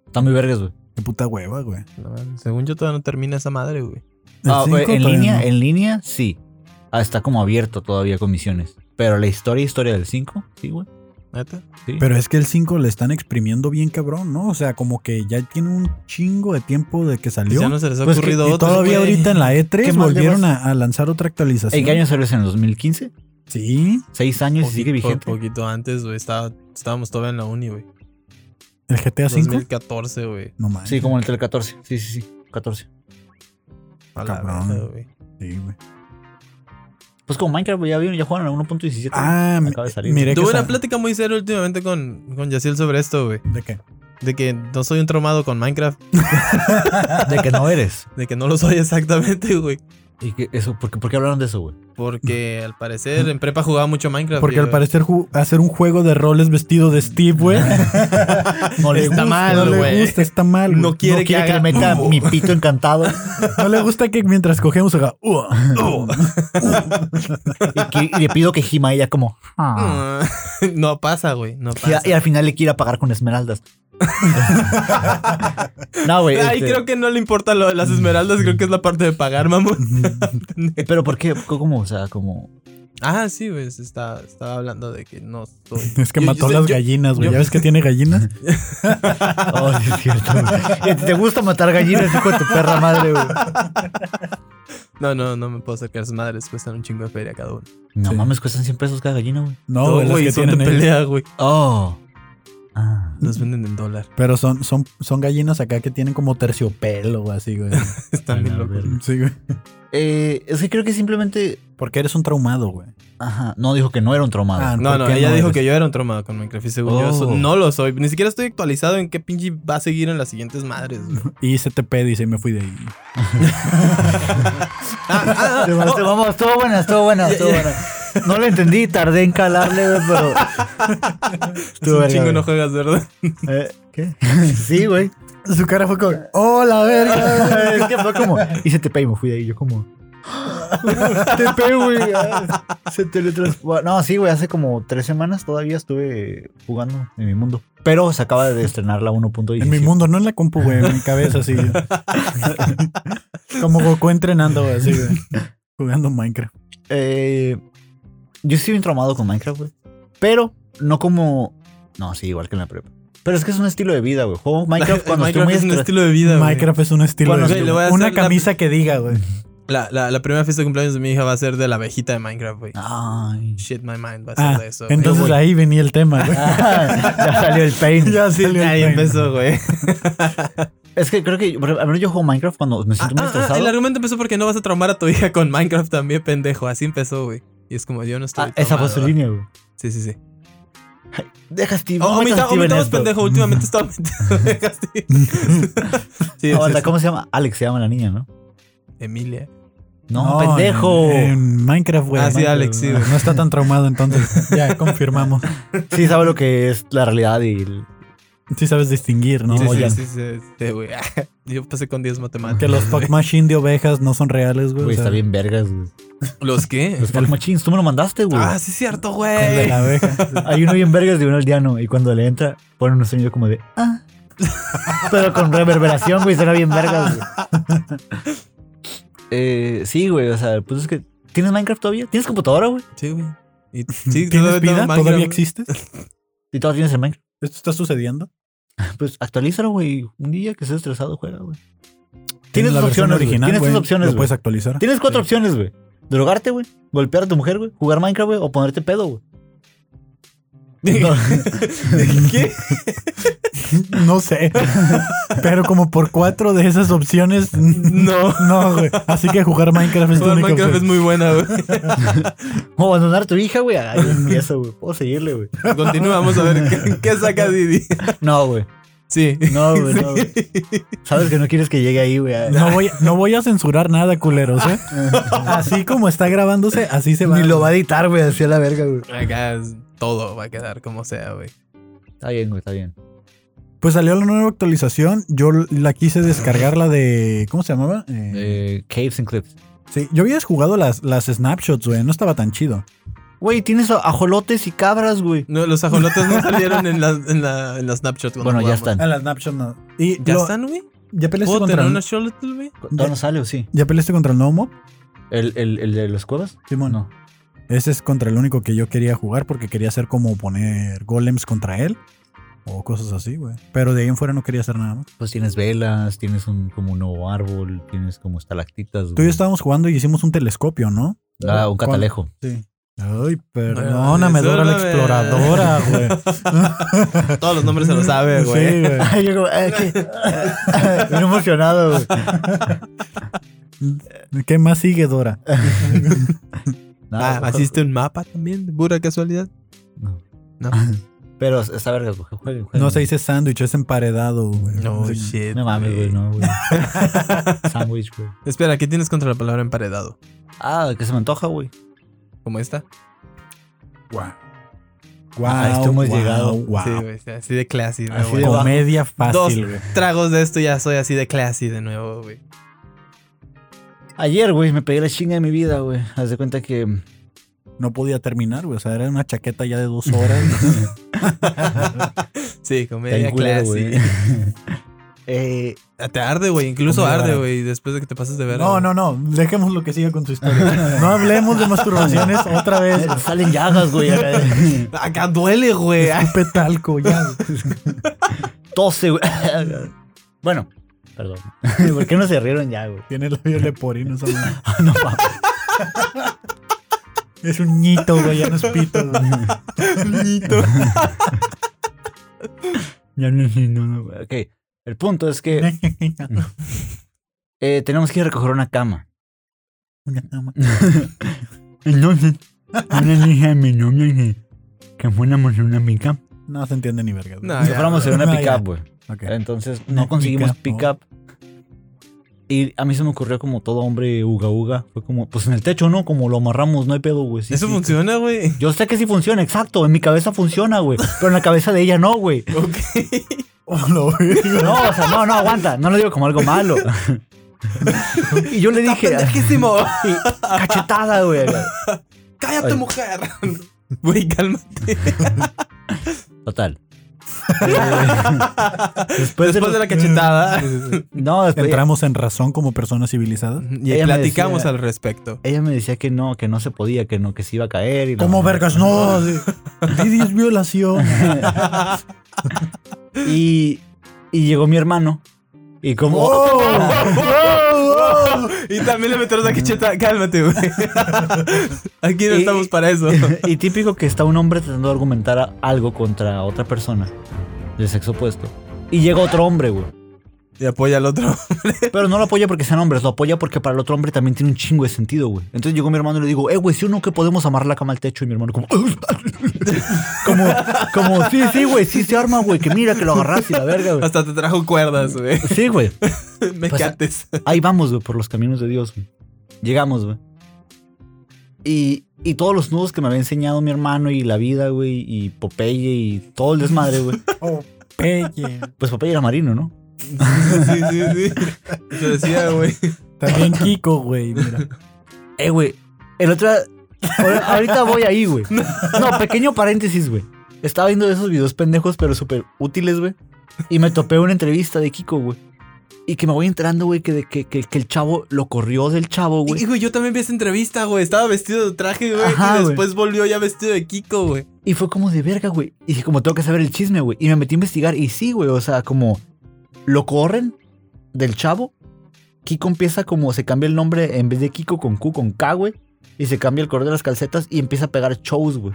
Está muy vergas, güey. Qué puta hueva, güey. No, mames, según yo todavía no termina esa madre, güey. El Ah, güey, cinco en todavía línea, no. en línea, sí. Ah, está como abierto todavía con misiones. Pero la historia, historia del 5, sí, güey. ¿Neta? Sí. Pero es que el 5 le están exprimiendo bien cabrón, ¿no? O sea, como que ya tiene un chingo de tiempo de que Pues salió. ya no se les ha Pues que- ocurrido y otro, todavía güey. ahorita en la E3 ¿Qué más le volvieron a, a lanzar otra actualización. ¿En qué año salió eso? ¿En el 2015? Sí, Seis años y sigue Poquito- vigente. poquito antes, güey. estaba- Estábamos todavía en la uni, güey. el GTA 5. 2014, güey. No mames. Sí, como el 14. Sí, sí, sí. 14. A la Cabrón. verga, güey. Sí, güey. Pues como Minecraft, güey, ya vieron, ya jugaron a 1.17. Ah, güey. mi- acaba de salir. miré que Tuve una sa- plática muy seria últimamente con, con Yaciel sobre esto, güey. ¿De qué? De que no soy un traumado con Minecraft. De que no eres. De que no lo soy exactamente, güey. ¿Y que eso? ¿Por qué, por qué hablaron de eso, güey? Porque al parecer en prepa jugaba mucho Minecraft. Porque al güey. parecer ju- hacer un juego de roles vestido de Steve, güey. No le Está gusta, mal, no le güey. gusta, está mal. güey. No quiere, No quiere que haga- le meta Uh. mi pito encantado No le gusta que mientras cogemos haga. "Uh, uh". y, que- y le pido que gima ella como... "Ah". no pasa, güey. No Y, pasa. a- y al final le quiera pagar con esmeraldas. no, güey. Ay, este, creo que no le importa lo de Mm. las esmeraldas. Creo que es la parte de pagar, mamón. Pero ¿por qué? ¿Cómo? O sea, como... ah, sí, güey. se está- Estaba hablando de que no soy. Es que Yo- mató yo- las yo- gallinas, güey. yo- ¿Ya ves que tiene gallinas? Oh, sí, es cierto, güey. Eh, ¿Te gusta matar gallinas, hijo de tu perra madre, güey? No, no, no me puedo acercar a sus madres. Cuestan un chingo de feria cada uno. No Sí. mames, cuestan 100 pesos cada gallina, güey. No, güey, las que son de tienen ellos. pelea, güey. Oh. Ah. Los venden en dólar. Pero son, son, son gallinas acá que tienen como terciopelo, güey, así, güey. Están bien A la locos. verga. Sí, güey. Eh, es que creo que simplemente. Porque eres un traumado, güey. Ajá. No dijo que no era un traumado. Ah, No, ¿Por no, qué ella no dijo eres? que yo era un traumado con Minecraft y según yo Oh. so- no lo soy. Ni siquiera estoy actualizado en qué pinche va a seguir en las siguientes madres. güey. Y CTP dice, y me fui de ahí. Ah, te- te- vamos, estuvo buena, estuvo buena, estuvo buena. No lo entendí, tardé en calarle, güey, pero. Es Estuvo un verga, chingo no güey. juegas, ¿verdad? Eh, ¿Qué? sí, güey. Su cara fue como, ¡oh, la verga! es que fue como. Y se te pay, me fui de ahí. Yo como. te pay, güey. ah, Se teletransportó. No, sí, güey. Hace como tres semanas todavía estuve jugando en mi mundo. Pero se acaba de estrenar la 1.17. En mi mundo, no en la compu, güey, en mi cabeza, así. güey. como Goku entrenando, güey, así, güey. Jugando Minecraft. Eh, yo estoy bien traumado con Minecraft, güey. Pero no como. No, sí, igual que en la prepa. Pero es que es un estilo de vida, güey. Juego Minecraft cuando Minecraft es estoy un muy estre- estilo de vida, güey. Minecraft es un estilo Bueno, de güey, le voy a Una hacer la- camisa que diga, güey. La, la, la primera fiesta de cumpleaños de mi hija va a ser de la abejita de Minecraft, güey. Ay. Shit my mind va a ser Ah, de eso. güey. entonces ahí venía el tema, güey. ya salió el pain. ya salió el Ahí tema. empezó, güey. Es que creo que, por ejemplo, al menos yo juego Minecraft cuando me Ah, siento muy ah, ah, estresado. el argumento empezó porque no vas a traumar a tu hija con Minecraft también, pendejo. Así empezó, güey. Y es como yo no estoy. Ah, esa traumado, fue su ¿verdad? línea, güey. Sí, sí, sí. Deja a Steve. Oh, no metas omita- a Steve en omitamos, esto. pendejo. Últimamente estaba metiendo ovejas, tío. Sí, es Aguanta, eso. ¿Cómo se llama? Alex se llama la niña, ¿no? Emilia. No, No, pendejo. En, en Minecraft, güey. Ah, sí, Minecraft, Alex, sí, no, güey. No está tan traumado, entonces. Ya, confirmamos. Sí, sabe lo que es la realidad y. el- Sí sabes distinguir, ¿no? sí, sí, Oye, sí, sí, sí, güey. Yo pasé con 10 matemáticas. Que los fuck güey. machine de ovejas no son reales, güey. Güey, o sea, está bien vergas, güey. ¿Los qué? Los Fuck Machines, tú me lo mandaste, güey. Ah, sí, es cierto, con el de güey. la abeja. Hay uno bien vergas de un aldeano y cuando le entra pone un sonido como de ah. Pero con reverberación, güey, suena bien vergas, güey. Eh, sí, güey, o sea, pues es que ¿tienes Minecraft todavía? ¿Tienes computadora, güey? Sí, güey. Y- Sí, ¿Tienes vida? Minecraft, ¿Todavía güey. existes? ¿Y todavía tienes el Minecraft? ¿Esto está sucediendo? Pues actualízalo, güey. Un día que estés estresado, juega, güey. ¿Tienes Tienes la tus versión opciones, güey. original, Tienes tus güey? opciones, Lo güey. puedes actualizar. Tienes cuatro opciones, güey. Drogarte, güey. Golpear a tu mujer, güey. Jugar Minecraft, güey. O ponerte pedo, güey. No. ¿Qué? No sé. Pero como por cuatro de esas opciones. No. No, güey. Así que jugar Minecraft es tu Jugar única Minecraft es opción. muy buena, güey. O abandonar a tu hija, güey. Ahí empieza, güey. Puedo seguirle, güey. Continuamos a ver qué, qué saca Didi. No, güey. Sí. No, güey, no, güey. Sabes que no quieres que llegue ahí, güey. No voy, no voy a censurar nada, culeros, ¿eh? Así como está grabándose, así se va. Ni lo va a editar, güey, hacia la verga, güey. Acá es- todo va a quedar como sea, güey. Está bien, güey, está bien. Pues salió la nueva actualización. Yo la quise descargar, la de. ¿Cómo se llamaba? Eh, Eh, caves and Clips. Sí, yo había jugado las, las snapshots, güey. No estaba tan chido. Güey, tienes ajolotes y cabras, güey. No, los ajolotes no salieron en la, en la, en la Snapchat. cuando Bueno, ya jugamos. están. Ah, las snapshots no. Y ¿Ya lo- están, güey? Ya peleaste ¿Puedo contra tener el, una Charlotte, güey? ¿Todavía no sale o sí? ¿Ya peleaste contra el nuevo mob? ¿El, el, el de las cuevas? Simón. No. Ese es contra el único que yo quería jugar porque quería hacer como poner golems contra él. O cosas así, güey. Pero de ahí en fuera no quería hacer nada más. Pues tienes velas, tienes un como un nuevo árbol, tienes como estalactitas, güey. Tú y yo estábamos jugando y hicimos un telescopio, ¿no? Ah, un catalejo. Sí. Ay, perdóname, No, Dora la discúlpame. exploradora, güey. Todos los nombres se los sabe, güey. Sí, güey. Ay, yo como, eh, ¿qué? Bien emocionado, güey. ¿Qué más sigue, Dora? Ah, pues, ¿Hiciste un mapa también? de ¿Pura casualidad? No. No. Pero está verga, güey. Jueguen, jueguen. No se dice sándwich, es emparedado, güey. No, Sí. shit. No mames, güey, no, güey. Sándwich, güey. Espera, ¿qué tienes contra la palabra emparedado? Ah, que se me antoja, güey. ¿Cómo está? Guau. Ah, Guau, esto hemos guau, llegado. guau. Sí, güey. Así de classy, de Así nuevo, de güey. bajo. Comedia Dos fácil, güey. tragos de esto y ya soy así de classy de nuevo, güey. Ayer, güey, me pegué la chinga de mi vida, güey. Haz de cuenta que No podía terminar, güey. O sea, era una chaqueta ya de dos horas. Sí, comedia Ten cuidado, classy. Ah, güey. eh, Te arde, güey. Incluso Comedia arde, barata. güey. Después de que te pases de ver. no, no, no. Dejemos lo que siga con su historia. No hablemos de masturbaciones otra vez. salen llagas, güey. acá. Acá duele, güey. Escupe talco, ya. Tose, güey. bueno, perdón. ¿Por qué no se rieron ya, güey? Tiene labio leporino esa madre. No mames. Es un ñito, güey. Ya no es pito, güey. Ya no, no, no, güey. Ok. El punto es que eh, tenemos que ir a recoger una cama. Entonces, una hija de mi novia que, que fuéramos en una pick-up. No se entiende ni verga. güey. No, Si ya, fuéramos en güey. una Ah, ya. pick-up, güey. Ok. Entonces Una no conseguimos pick-up, pick-up. Y a mí se me ocurrió como todo hombre uga uga. Fue como, pues en el techo, ¿no? Como lo amarramos, no hay pedo, güey. Sí, Eso sí. funciona, güey. Yo sé que sí funciona, exacto. En mi cabeza funciona, güey. Pero en la cabeza de ella no, güey. Ok. Hola, güey. No, o sea, no, no, aguanta. No lo digo como algo malo. Y yo le dije, pendejísimo. y cachetada, güey. Cállate, Ay. mujer. Güey, cálmate. Total. Después, Mm, Después de la cachetada. No, después. Entramos en razón como personas civilizadas. Y Ella me platicamos decía- al respecto. Ella me decía que no, que no se podía, que no, que se iba a caer. Y la ¿Cómo mamá. vergas? No. sí. Didi es violación. Y, y llegó mi hermano. Y como. ¡Wow! No, y también le metieron la quicheta. Cálmate, güey. Aquí no Y- estamos para eso. y típico que está un hombre tratando de argumentar a- algo contra otra persona del sexo opuesto. Y llega otro hombre, güey. Y apoya al otro. Pero no lo apoya porque sean hombres, lo apoya porque para el otro hombre también tiene un chingo de sentido, güey. Entonces llegó mi hermano y le digo, eh, güey, ¿sí o no que podemos amarrar la cama al techo? Y mi hermano como... como, como, sí, sí, güey, sí se arma, güey, que mira que lo agarras y la verga, güey. Hasta te trajo cuerdas, güey. Sí, güey. Me Pues, cantes. Ahí vamos, güey, por los caminos de Dios, güey. Llegamos, güey. Y, y todos los nudos que me había enseñado mi hermano y la vida, güey, y Popeye y todo el desmadre, güey. Oh, pelle. Pues Popeye era marino, ¿no? Sí, sí, sí. Yo decía, güey. También Kiko, güey. Mira. Eh, güey. El otro. ahora- Ahorita voy ahí, güey. No, pequeño paréntesis, güey. Estaba viendo esos videos pendejos, pero súper útiles, güey. Y me topé una entrevista de Kiko, güey. Y que me voy enterando, güey, que, de- que, que, que el chavo lo corrió del chavo, Y, güey. güey, yo también vi esa entrevista, güey. Estaba vestido de traje, güey. y Ajá, güey. después volvió ya vestido de Kiko, güey. Y fue como de verga, güey. Y dije, como tengo que saber el chisme, güey. Y me metí a investigar. Y sí, güey. O sea, como lo corren del chavo. Kiko empieza como se cambia el nombre en vez de Kiko con Q, con K, güey. Y se cambia el color de las calcetas y empieza a pegar shows, güey.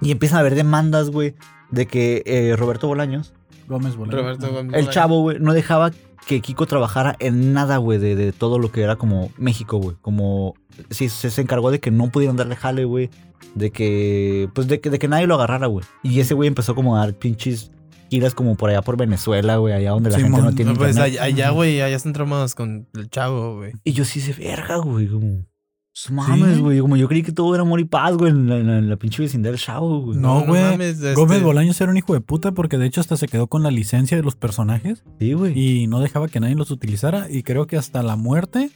Y empiezan a haber demandas, güey, de que eh, Roberto Bolaños, Gómez Ah. Bolaño. Roberto Gómez. el chavo, güey, no dejaba que Kiko trabajara en nada, güey, de, de todo lo que era como México, güey. Como, sí, se, se encargó de que no pudieran darle jale, güey. De que, pues, de que, de que nadie lo agarrara, güey. Y ese güey empezó como a dar pinches giras como por allá por Venezuela, güey, allá donde la Simón, gente no tiene No, pues internet. allá, allá, güey, allá están traumados con el chavo, güey. Y yo sí se verga, güey, como... "No Mames, güey, como yo creí que todo era amor y paz, güey, en la, en la- en la pinche vecindad del chavo, güey. No, güey. mames, este, Gómez Bolaños era un hijo de puta porque de hecho hasta se quedó con la licencia de los personajes Sí, güey. y no dejaba que nadie los utilizara y creo que hasta la muerte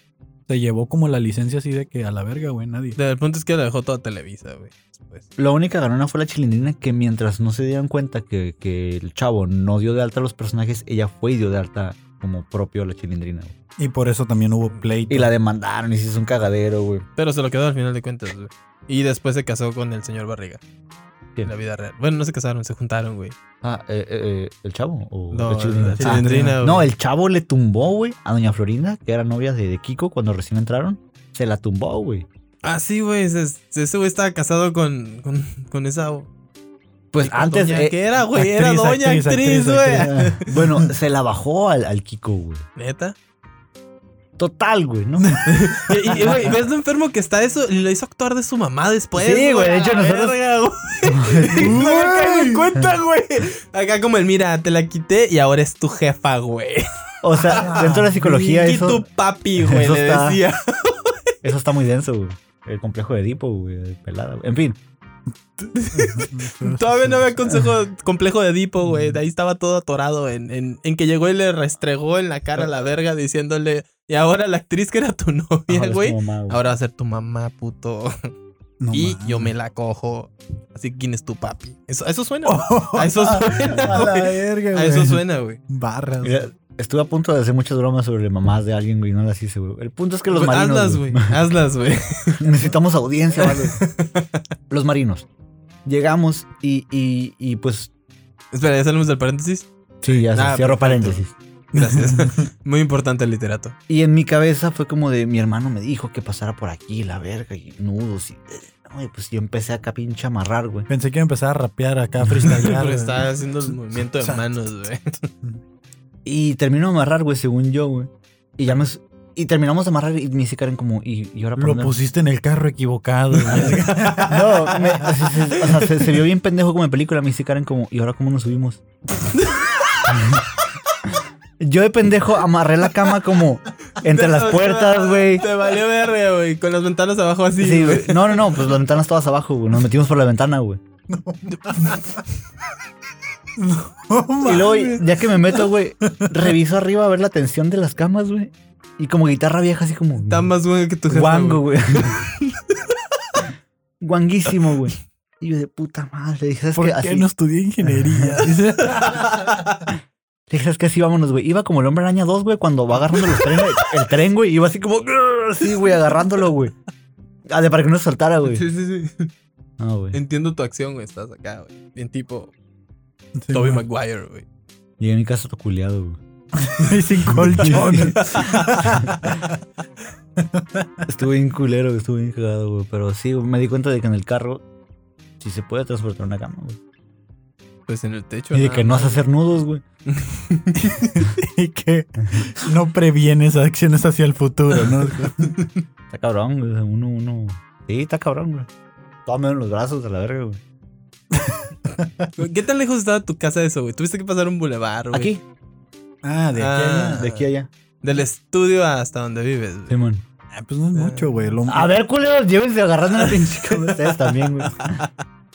se llevó como la licencia así de que a la verga, güey, nadie. El punto es que lo dejó toda Televisa, güey. después. La única ganona fue la chilindrina que mientras no se dieran cuenta que, que el chavo no dio de alta a los personajes, ella fue y dio de alta como propio a la chilindrina. güey. Y por eso también hubo pleito. Y la demandaron y se hizo un cagadero, güey. Pero se lo quedó al final de cuentas, güey. Y después se casó con el señor Barriga. En la vida real. Bueno, no se casaron, se juntaron, güey. Ah, eh, eh, eh, ¿el chavo o No, la chilindrina? la chilindrina, Ah, güey. no, el chavo le tumbó, güey, a doña Florinda, que era novia de, de Kiko cuando recién entraron. Se la tumbó, güey. Ah, sí, güey. se- se- Ese güey estaba casado con, con, con esa. Pues con antes... doña eh, ¿Qué era, güey? Era actriz, doña actriz, actriz, actriz, güey. ah, bueno, se la bajó al, al Kiko, güey. Neta. Total, güey, ¿no? Y, y, güey, ¿ves lo enfermo que está eso? Y Lo hizo actuar de su mamá después. Sí, güey, de hecho, A la nosotros- verga, güey. No me caí en cuenta, güey. Acá como el, mira, te la quité y ahora es tu jefa, güey. O sea, dentro de la psicología Y eso... tu papi, güey, eso le está- decía. Eso está muy denso, güey. El complejo de Edipo, güey. de Pelada, güey. En fin. Todavía no había consejo, complejo de Edipo, güey. De ahí estaba todo atorado en, en, en que llegó y le restregó en la cara a la verga diciéndole, y ahora la actriz que era tu novia, ahora es güey, tu mamá, güey. ahora va a ser tu mamá, puto. No y mames. yo me la cojo. Así que, ¿quién es tu papi? Eso, eso suena. güey. A eso suena, A la güey. verga, A güey. eso suena, güey. Barras. Mira, estuve a punto de hacer muchas bromas sobre mamás de alguien, güey. y No las hice, güey. El punto es que los Pues marinos. hazlas, güey. Hazlas, güey. Necesitamos audiencia, ¿vale? los marinos. Llegamos y, y, y pues. Espera, ya salimos del paréntesis. Sí, ya se Ah, cierro perfecto. paréntesis. Gracias. Muy importante el literato. Y en mi cabeza fue como de mi hermano me dijo que pasara por aquí, la verga, y nudos. Y, Ay, pues yo empecé acá pinche a amarrar, güey. Pensé que iba a empezar a rapear acá, a Pero freestylear. está güey. haciendo el movimiento de manos, güey. Y terminó de amarrar, güey, según yo, güey. Y ya me. s- Y terminamos de amarrar y me dice Karen como, ¿y, y ahora por Lo dónde- pusiste en el carro equivocado. güey. No, me- se, se- o sea, se, se vio bien pendejo como en película. Me dice Karen como, ¿y ahora cómo nos subimos? Yo de pendejo amarré la cama como entre las puertas, güey. Te valió verga, güey. Con las ventanas abajo así. Sí, güey. güey. No, no, no, pues las ventanas todas abajo, güey. Nos metimos por la ventana, güey. Y luego, ya que me meto, güey, reviso arriba a ver la tensión de las camas, güey. Y como guitarra vieja, así como... Está más bueno que tu jefe. Guango, güey. güey. Guanguísimo, güey. Y yo de puta madre. Le dije, ¿sabes ¿Por qué? qué Así, no estudié ingeniería? Dice, le dije, ¿sabes qué? Así vámonos, güey. Iba como el hombre araña 2, güey, cuando va agarrando los trenes, el tren, güey. Iba así como, "Grrr", así, güey, agarrándolo, güey. Ah, de para que no se saltara, güey. Sí, sí, sí. No, güey. Entiendo tu acción, güey. Estás acá, güey. Bien tipo sí, Toby güey. Maguire, güey. Llegué a mi casa todo culiado, güey. Y sin colchones. Estuve bien culero, estuve bien cagado, güey. Pero sí, güey, me di cuenta de que en el carro sí se puede transportar una cama, güey. Pues en el techo. Y de nada que no más. vas a hacer nudos, güey. y que no previenes acciones hacia el futuro, ¿no? Está cabrón, güey. o sea, Uno, uno. Sí, está cabrón, güey. Tómame en los brazos a la verga, güey. ¿Qué tan lejos estaba tu casa de eso, güey? Tuviste que pasar un bulevar, güey. Aquí, Ah, de aquí a allá. de aquí a allá. Del estudio hasta donde vives, güey. Simón. Ah, pues no es mucho, güey. Lo- A ver, culeros, llévense agarrando la pinche cama ustedes también, güey.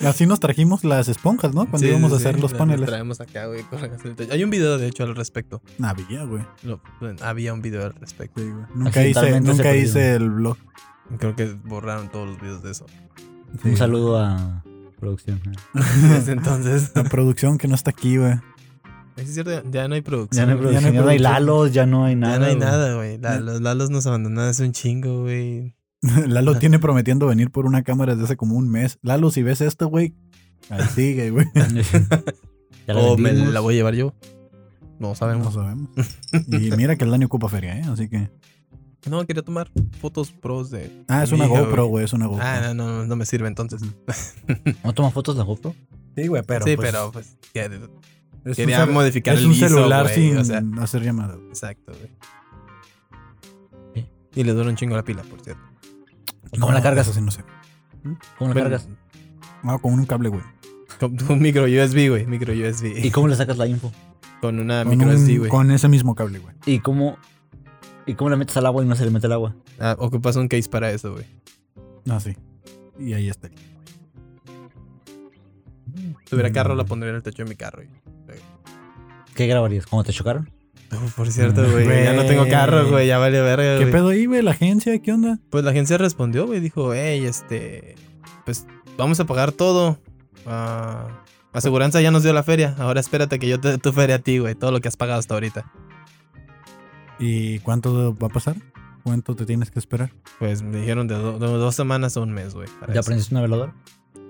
Así nos trajimos las esponjas, ¿no? Cuando Sí, íbamos sí, a hacer sí, los la- la paneles. traemos acá, güey, colgadas en el techo. Hay un video, de hecho, al respecto. Había, güey. Lo- bueno, había un video al respecto. Sí, güey. Nunca hice, Accidentalmente se nunca perdió. hice el blog. Creo que borraron todos los videos de eso. Sí. Un saludo a producción. ¿eh? Desde entonces. La producción que no está aquí, güey. Es cierto, ya no hay Ya producción. no hay güey. producción, ya no hay lalos, ya no hay nada. Ya no hay güey. nada, güey. La- Los Lalos nos abandonaron hace un chingo, güey. Lalo tiene prometiendo venir por una cámara desde hace como un mes. Lalo, si ves esto, güey, ahí sigue, güey. Ya Oh, la O me vendimos. la voy a llevar yo. No No sabemos. sabemos. Y mira que el Dani ocupa feria, ¿eh? Así que. No, quería tomar fotos pros de. Ah, es una Amiga, GoPro, güey, es una GoPro. Ah, no, no, no me sirve entonces. ¿No tomas fotos la GoPro? Sí, güey, pero. sí, pues, pero pues. que- es quería un cel- modificar Es el un ISO, celular güey, sin o sea. hacer llamada. Exacto, güey. ¿Qué? Y le dura un chingo la pila, por cierto. ¿Cómo la No, cargas? eso sí, no sé. ¿Cómo la Bueno, cargas? No, con un cable, güey. Con un micro USB, güey. Micro USB. ¿Y cómo le sacas la info? con una Con, micro un- SD, güey. con ese mismo cable, güey. ¿Y cómo, ¿Y cómo la metes al agua y no se le mete el agua? Ah, ocupas un case para eso, güey. Ah, sí. Y ahí está. Si tuviera carro, la pondría en el techo de mi carro. güey. ¿Qué grabarías? ¿Cómo te chocaron? Uf, por cierto, Ah, güey. Ya no tengo güey. carro, Mm, güey. Ya vale verga, ¿Qué güey. pedo ahí, güey? ¿La agencia? ¿Qué onda? Pues la agencia respondió, güey, dijo, hey, este, pues vamos a pagar todo. Ah, aseguranza ya nos dio la feria, ahora espérate que yo te dé tu feria a ti, güey, todo lo que has pagado hasta ahorita. ¿Y cuánto va a pasar? ¿Cuánto te tienes que esperar? Pues me dijeron de, do- de dos semanas a un mes, güey. para ¿Ya eso. aprendiste una veladora?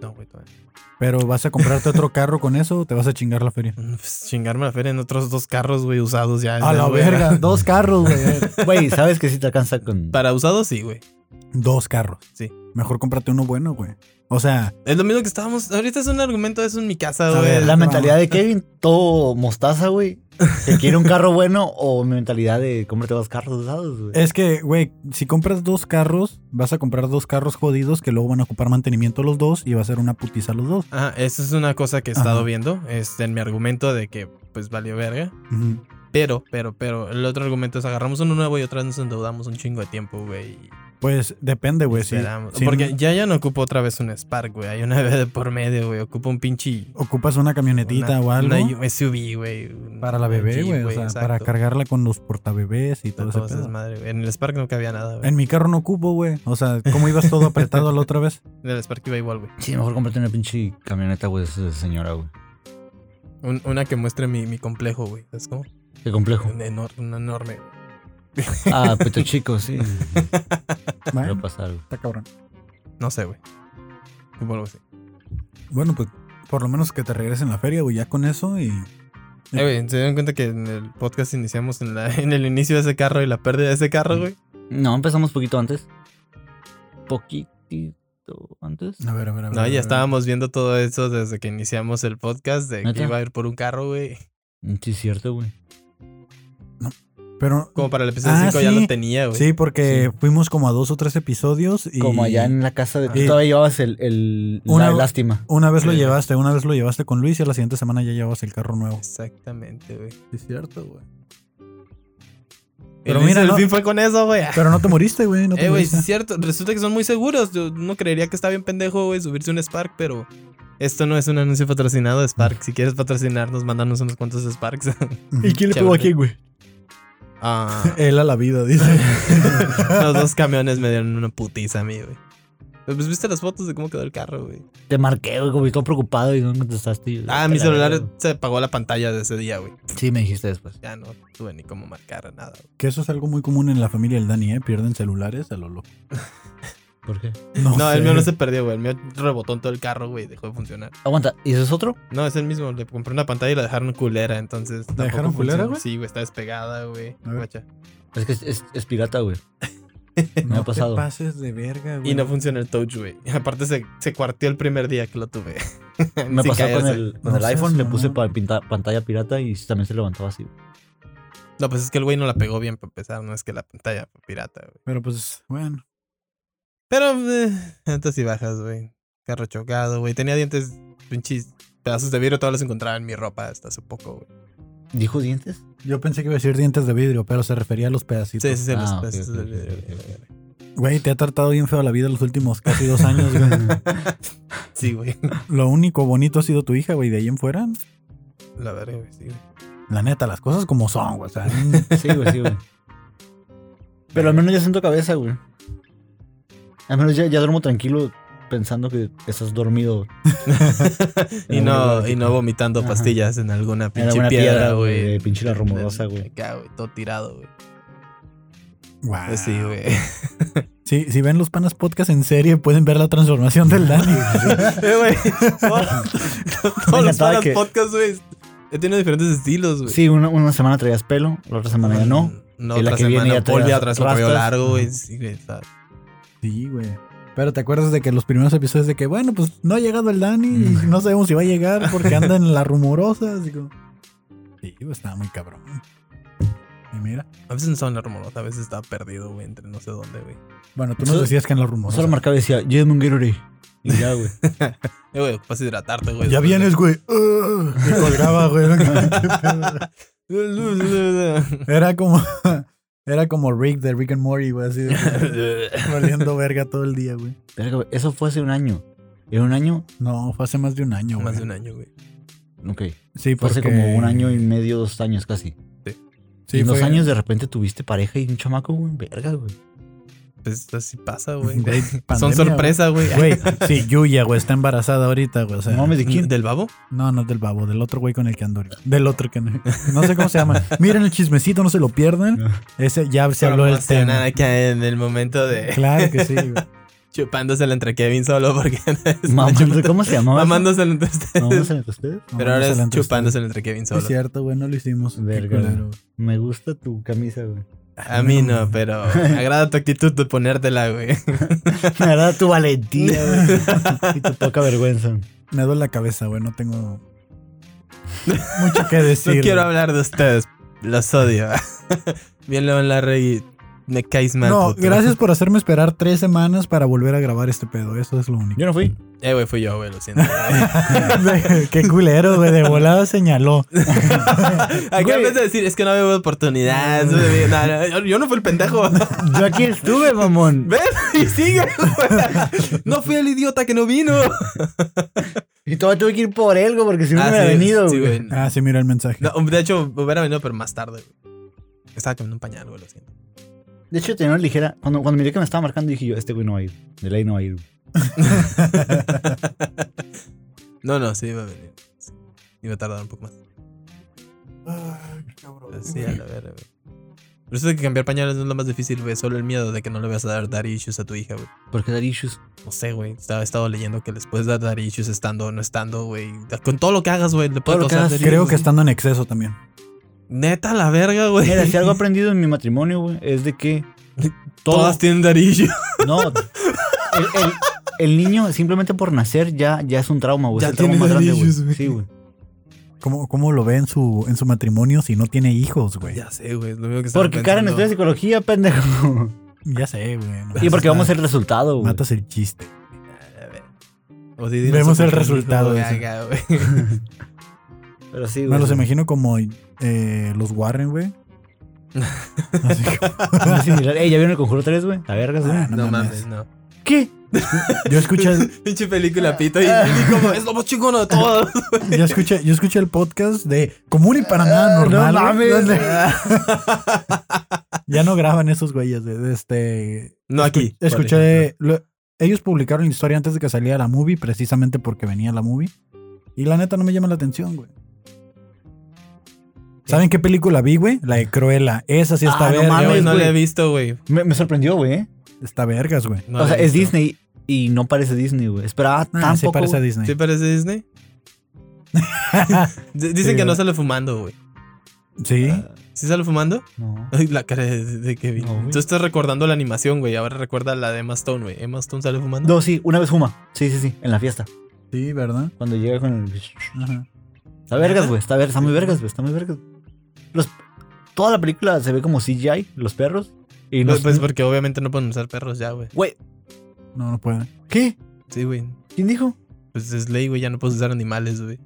No, güey, todavía no. ¿Pero vas a comprarte otro carro con eso o te vas a chingar la feria? Mm, pues, chingarme la feria en otros dos carros, güey, usados ya. A ya, la güey, verga, ¿verdad? dos carros, güey. Eh, Güey, ¿sabes que si te alcanza con...? Para usados, sí, güey. Dos carros. Sí. Mejor cómprate uno bueno, güey. O sea, Es lo mismo que estábamos, ahorita es un argumento de eso en mi casa, A güey. ver, La no. mentalidad de Kevin, todo mostaza, güey. Que quiere un carro bueno o mi mentalidad de cómprate dos carros usados, güey. es que, güey, si compras dos carros, vas a comprar dos carros jodidos que luego van a ocupar mantenimiento los dos y va a ser una putiza los dos. Ajá, eso es una cosa que he estado Ajá. viendo, este, en mi argumento de que, pues, valió verga. Ujú. Pero, pero, pero, el otro argumento es agarramos uno nuevo y otra vez nos endeudamos un chingo de tiempo, güey. y Pues depende, güey. Si, esperamos. si Porque ya ya no ocupo otra vez un Spark, güey. Hay una vez de por medio, güey. Ocupo un pinche... ocupas una camionetita una- o algo Una SUV, güey. un- para la bebé, un Jeep, güey. O sea, exacto. para cargarla con los portabebés y todo Todo ese ese pedo. desmadre, güey. En el Spark no cabía nada, güey. En mi carro no ocupo, güey. O sea, ¿cómo ibas todo apretado la otra vez? En el Spark iba igual, güey. Sí, mejor cómprate una pinche camioneta, güey, de señora, güey. Un- una que muestre mi, mi complejo, güey. Es como Qué complejo. un, enor- un enorme. Ah, pito chico, sí. Va Bueno, a pasar, güey. está cabrón. No sé, güey. Como algo así. Bueno, pues por lo menos que te regresen la feria, güey, ya con eso y... Eh, güey, ¿se dieron cuenta que en el podcast iniciamos en, la- en el inicio de ese carro y la pérdida de ese carro, güey? No, empezamos poquito antes. Poquitito antes. A ver, a ver, a ver. No, a ver. ya estábamos viendo todo eso desde que iniciamos el podcast de que ¿Neta? iba a ir por un carro, güey. Sí, es cierto, güey. Pero... Como para el episodio Ah, 5 ya sí. lo tenía, güey. Sí, porque fuimos como a dos o tres episodios y... Como allá en la casa de... Y- Tú todavía llevabas el... el la Una- lástima. Una vez lo Sí. llevaste, una vez lo llevaste con Luis y a la siguiente semana ya llevabas el carro nuevo. Exactamente, güey. Es cierto, güey. Pero Pero mira, mira, el no- fin fue con eso, güey. Pero no te moriste, güey, no te eh, güey, moriste. es cierto. Resulta que son muy seguros. Yo no creería que está bien pendejo, güey, subirse un Spark, pero esto no es un anuncio patrocinado de Spark. Si quieres patrocinarnos, mandanos unos cuantos Sparks. Ujú. quién le pegó a quién, güey? ah, Él a la vida, dice. los dos camiones me dieron una putiza a mí, güey. Pero, Pues viste las fotos de cómo quedó el carro, güey. Te marqué, güey, como que todo preocupado y no me contestaste. y- Ah, mi la celular verga. se apagó la pantalla de ese día, güey. Sí, me dijiste después. Ya no tuve ni cómo marcar nada, güey. que eso es algo muy común en la familia del Dani, ¿eh? Pierden celulares a lo loco. ¿Por qué? No, No, el sé. mío no se perdió, güey. El mío rebotó en todo el carro, güey. Dejó de funcionar. Aguanta, ¿y eso es otro? No, es el mismo. Le compré una pantalla y la dejaron culera, entonces. tampoco dejaron culera, funcionó. güey? Sí, güey, está despegada, güey. A ver. Guacha. Es que es, es- es pirata, güey. No ha pasado. te pases de verga, güey. Y no funciona el touch, güey. Aparte se, se cuarteó el primer día que lo tuve. Me Sin pasó con caerse. el, con No el seas iPhone, le puse mamón. pa- pinta- pantalla pirata y también se levantaba así. No, pues es que el güey no la pegó bien para empezar, no es que la pantalla fue pirata, güey. Pero pues, bueno. Pero eh, antes y bajas, güey. Carro chocado, güey. Tenía dientes, pinches pedazos de vidrio, todos los encontraba en mi ropa hasta hace poco, güey. ¿Dijo dientes? Yo pensé que iba a decir dientes de vidrio, pero se refería a los pedacitos. Sí, sí, sí, los Ah, ok, pedazos ok, de ok, vidrio. ok, güey. Güey, te ha tratado bien feo la vida los últimos casi dos años, güey. Sí, güey. Lo único bonito ha sido tu hija, güey. De ahí en fuera, La verga, güey, sí, güey. la neta, las cosas como son, güey. O sea, Sí, güey, sí, güey. Pero al menos ya siento cabeza, güey. Al menos ya, ya duermo tranquilo pensando que estás dormido. Y Pero no, bueno, y no vomitando Ajá. pastillas en alguna En pinche alguna piedra, de güey. Pinche la rumorosa, güey. Acá, güey, todo tirado, güey. wow. Pues Sí, güey. Sí, si ven los panas podcast en serie, pueden ver la transformación del Dani. Eh, güey. Todos los encantaba panas que- podcasts, güey. He tenido diferentes estilos, güey. Ah, Sí, una, una semana traías pelo, la otra semana ya no. No, Y la otra que viene semana ya te volví das a traer un cabello rastas. largo, güey. Sí, güey, está- Sí, güey. Pero te acuerdas de que los primeros episodios de que, bueno, pues no ha llegado el Dani y no sabemos si va a llegar porque anda en la rumorosa. Así como... Sí, pues estaba muy cabrón. Y mira. A veces no estaba en la rumorosa, a veces estaba perdido, güey, entre no sé dónde, güey. Bueno, tú Solo- nos decías que en la rumorosa. Solo marcaba y decía, llévame un Gatorade. Y ya, güey. Eh, güey, vas a hidratarte, güey. Ya vienes, güey. Ugh. Me colgaba, güey. Era como. Era como Rick de Rick and Morty, güey. Así. Valiendo verga todo el día, güey. Verga, güey, Eso fue hace un año. En un año, No, fue hace más de un año, güey. Más de un año, güey. ok. Sí, Fue hace porque- como un año y medio, dos años casi. Sí, y en dos fue- años de repente tuviste pareja y un chamaco, güey. Verga, güey. Pues así pasa, güey. Güey, Son pandemia, sorpresa, güey. Güey, sí, Yuya, güey, está embarazada ahorita, güey. O sea, No mames, ¿de quién? ¿Del babo? no, no es del babo, del otro güey con el que ando ahorita. Del otro que no. No sé cómo se llama. Miren el chismecito, no se lo pierdan. Ese ya se habló del tema. Promocionar acá en el momento de Claro que sí, güey. chupándosela entre Kevin solo porque Mamando- ¿Cómo se llamaba? mamándosela entre ustedes. Mamándosela entre ustedes. No, Pero ahora se la es han tristado. chupándosela entre Kevin Es solo. cierto, güey, no lo hicimos. Qué Verga, culero, güey. Me gusta tu camisa, güey. A mí no, pero me agrada tu actitud de ponértela, güey. Me agrada tu valentía, güey. Y tu poca vergüenza. Me duele la cabeza, güey, no tengo mucho que decir. No quiero güey. hablar de ustedes. Los odio. Bien, León Larregui. Me caes mal. No, puto. gracias por hacerme esperar tres semanas para volver a grabar este pedo. Eso es lo único. Yo no fui. Eh, güey, fui yo, güey, lo siento. Acá Qué culero, güey. De volada señaló. en vez de decir, es que no había oportunidades. güey, no, no, yo- yo no fui el pendejo. Yo aquí estuve, mamón. Ven y sigue, güey. No fui el idiota que no vino. Y todavía tuve que ir por él, güey, porque si no, Ah, no hubiera sí, venido, sí, güey. güey. Ah, sí, mira el mensaje. No, de hecho, hubiera venido, pero más tarde, güey. Estaba cambiando un pañal, güey, lo siento. De hecho, tenía una ligera. Cuando, cuando miré que me estaba marcando, dije yo, este güey no va a ir. De ley no va a ir. güey. No, no, sí iba a venir. Sí. Iba a tardar un poco más. Pero Sí, a la verga, güey. Pero eso de que cambiar pañales no es lo más difícil, güey. Solo el miedo de que no le vas a dar daddy issues a tu hija, güey. ¿Por qué dar issues? No sé, güey. Estaba, he estado leyendo que les puedes dar daddy issues estando o no estando, güey. Con todo lo que hagas, güey, le puedes lo que causar hagas, daddy Creo issues, que güey. estando en exceso también. Neta, la verga, güey. Mira, si algo he aprendido en mi matrimonio, güey, es de que. Todas tienen daddy issues. No. El, el- el niño, simplemente por nacer, ya, ya es un trauma, güey. Ya es el trauma tiene más grande, dadillos, güey. güey. Sí, güey. ¿Cómo, cómo lo ve en su, en su matrimonio si no tiene hijos, güey? Ya, Ya sé, güey. es Lo único que estaba Porque Karen pensando. estudia psicología, pendejo. sé, güey. no Y porque matas- vamos a hacer el resultado, güey. Matas el chiste. O si dinos Vemos otro el pendejo, resultado de güey, eso. acá, güey. Pero sí, Me güey. los imagino como eh, los Warren, güey. Así como- Muy similar. Ey, ¿ya vieron el conjuro 3, güey? La verga, güey. Ah, no, No mames. mames, no. ¿Qué? Yo escuché, Pinche película pito y, y como es lo más chingón de todo. yo escuché, yo escuché el podcast de Común y para Ah, nada normal. no güey, mames. donde- ya no graban esos güeyes de, de este. No aquí. Escuché. lo- ellos publicaron la historia antes de que saliera la movie, precisamente porque venía la movie. Y la neta no me llama la atención, güey. ¿Saben qué película vi, güey? La de Cruella. Esa sí está Ah, no verga, Yo mames, güey. no güey. la he visto, güey. Me, me sorprendió, güey. ¿eh? está vergas, güey. No o sea, la he es visto. Disney y no parece Disney, güey. Esperaba Ah, tan sí poco, parece a güey. Disney. ¿Sí parece Disney? D- Dicen Sí, que no güey. sale fumando, güey. sí. ¿Sí sale fumando? No. Ay, la cara de, de Kevin. No, güey. Tú estás recordando la animación, güey. Ahora recuerda la de Emma Stone, güey. Emma Stone sale fumando. No, sí, una vez fuma. Sí, sí, sí, en la fiesta. Sí, ¿verdad? Cuando llega con el... Ajá. Está vergas, güey. Está, ver- está muy vergas, güey. Está muy vergas. Los... Toda la película se ve como CGI, los perros. Y no... Pues, pues porque obviamente no pueden usar perros ya, güey. Güey, No, no puede. ¿qué? Sí, güey. ¿Quién dijo? Pues es ley, güey. Ya no puedes usar animales, güey.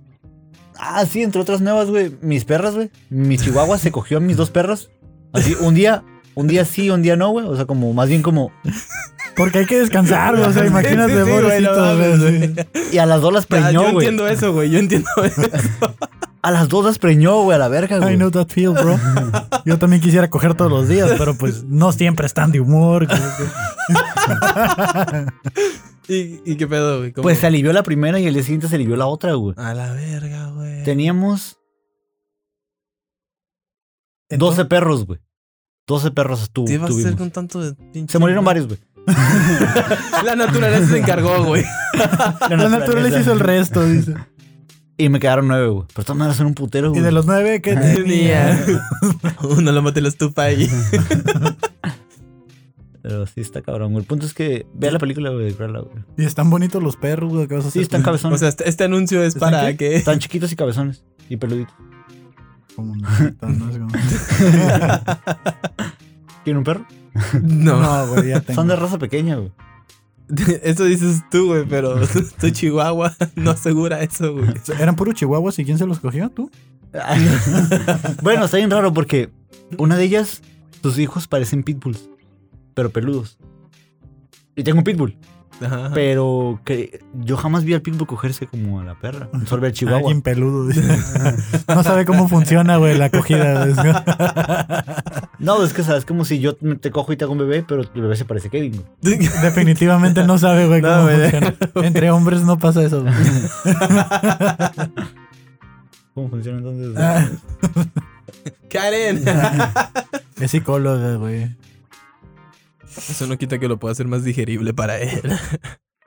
Ah, sí, entre otras nuevas, güey. Mis perras, güey. Mi chihuahua se cogió a mis dos perras. Así, un día, un día sí, un día no, güey. O sea, como, más bien como. Porque hay que descansar, güey, o sea, Sí, imagínate, sí, güey, pobrecito. no mames, güey, sí. güey. Y a las dos las Ah, Yo preñó, güey. entiendo eso, güey. Yo entiendo eso. A las dos las preñó, güey, a la verga, I güey. know that feel, bro. Yo también quisiera coger todos los días, pero pues no siempre están de humor. güey. ¿Y, y qué pedo, güey? ¿Cómo? Pues se alivió la primera y el día siguiente se alivió la otra, güey. A la verga, güey. Teníamos 12 perros, güey. 12 perros tu- ¿Qué va a hacer tuvimos. con tanto de pinche- Se murieron varios, güey. La naturaleza se encargó, güey. La naturaleza hizo el resto, dice. Y me quedaron nueve, güey. Pero todas maneras son un putero, Y güey. de los nueve, ¿qué tenía? Uno Uh, lo maté la estufa ahí. Pero sí está cabrón, güey. El punto es que vea la película, güey, de Cruella, güey. Y están bonitos los perros, güey, ¿qué vas a Sí, hacer? están O cabezones. sea, este, este anuncio es ¿Están para que. Están chiquitos y cabezones. Y peluditos. Como no, están, no sé cómo. ¿Tiene un perro? No. No, güey, ya tengo. Son de raza pequeña, güey. Eso dices tú, güey, pero tu chihuahua no asegura eso, güey. Eran puros chihuahuas y quién se los cogió, tú. bueno, está bien raro porque una de ellas, sus hijos parecen pitbulls, pero peludos. Y tengo un pitbull, Ajá, ajá. pero que yo jamás vi al pitbull cogerse como a la perra. Solo vi al chihuahua. Alguien peludo. dice. No sabe cómo funciona, güey, la acogida. güey. No, es que sabes como si yo me- te cojo y te hago un bebé, pero el bebé se parece a Kevin. güey. Definitivamente no sabe, güey, No, cómo güey. funciona. Entre hombres no pasa eso. güey. ¿Cómo funciona entonces? Ah, Karen. Es psicóloga, güey. Eso no quita que lo pueda hacer más digerible para él.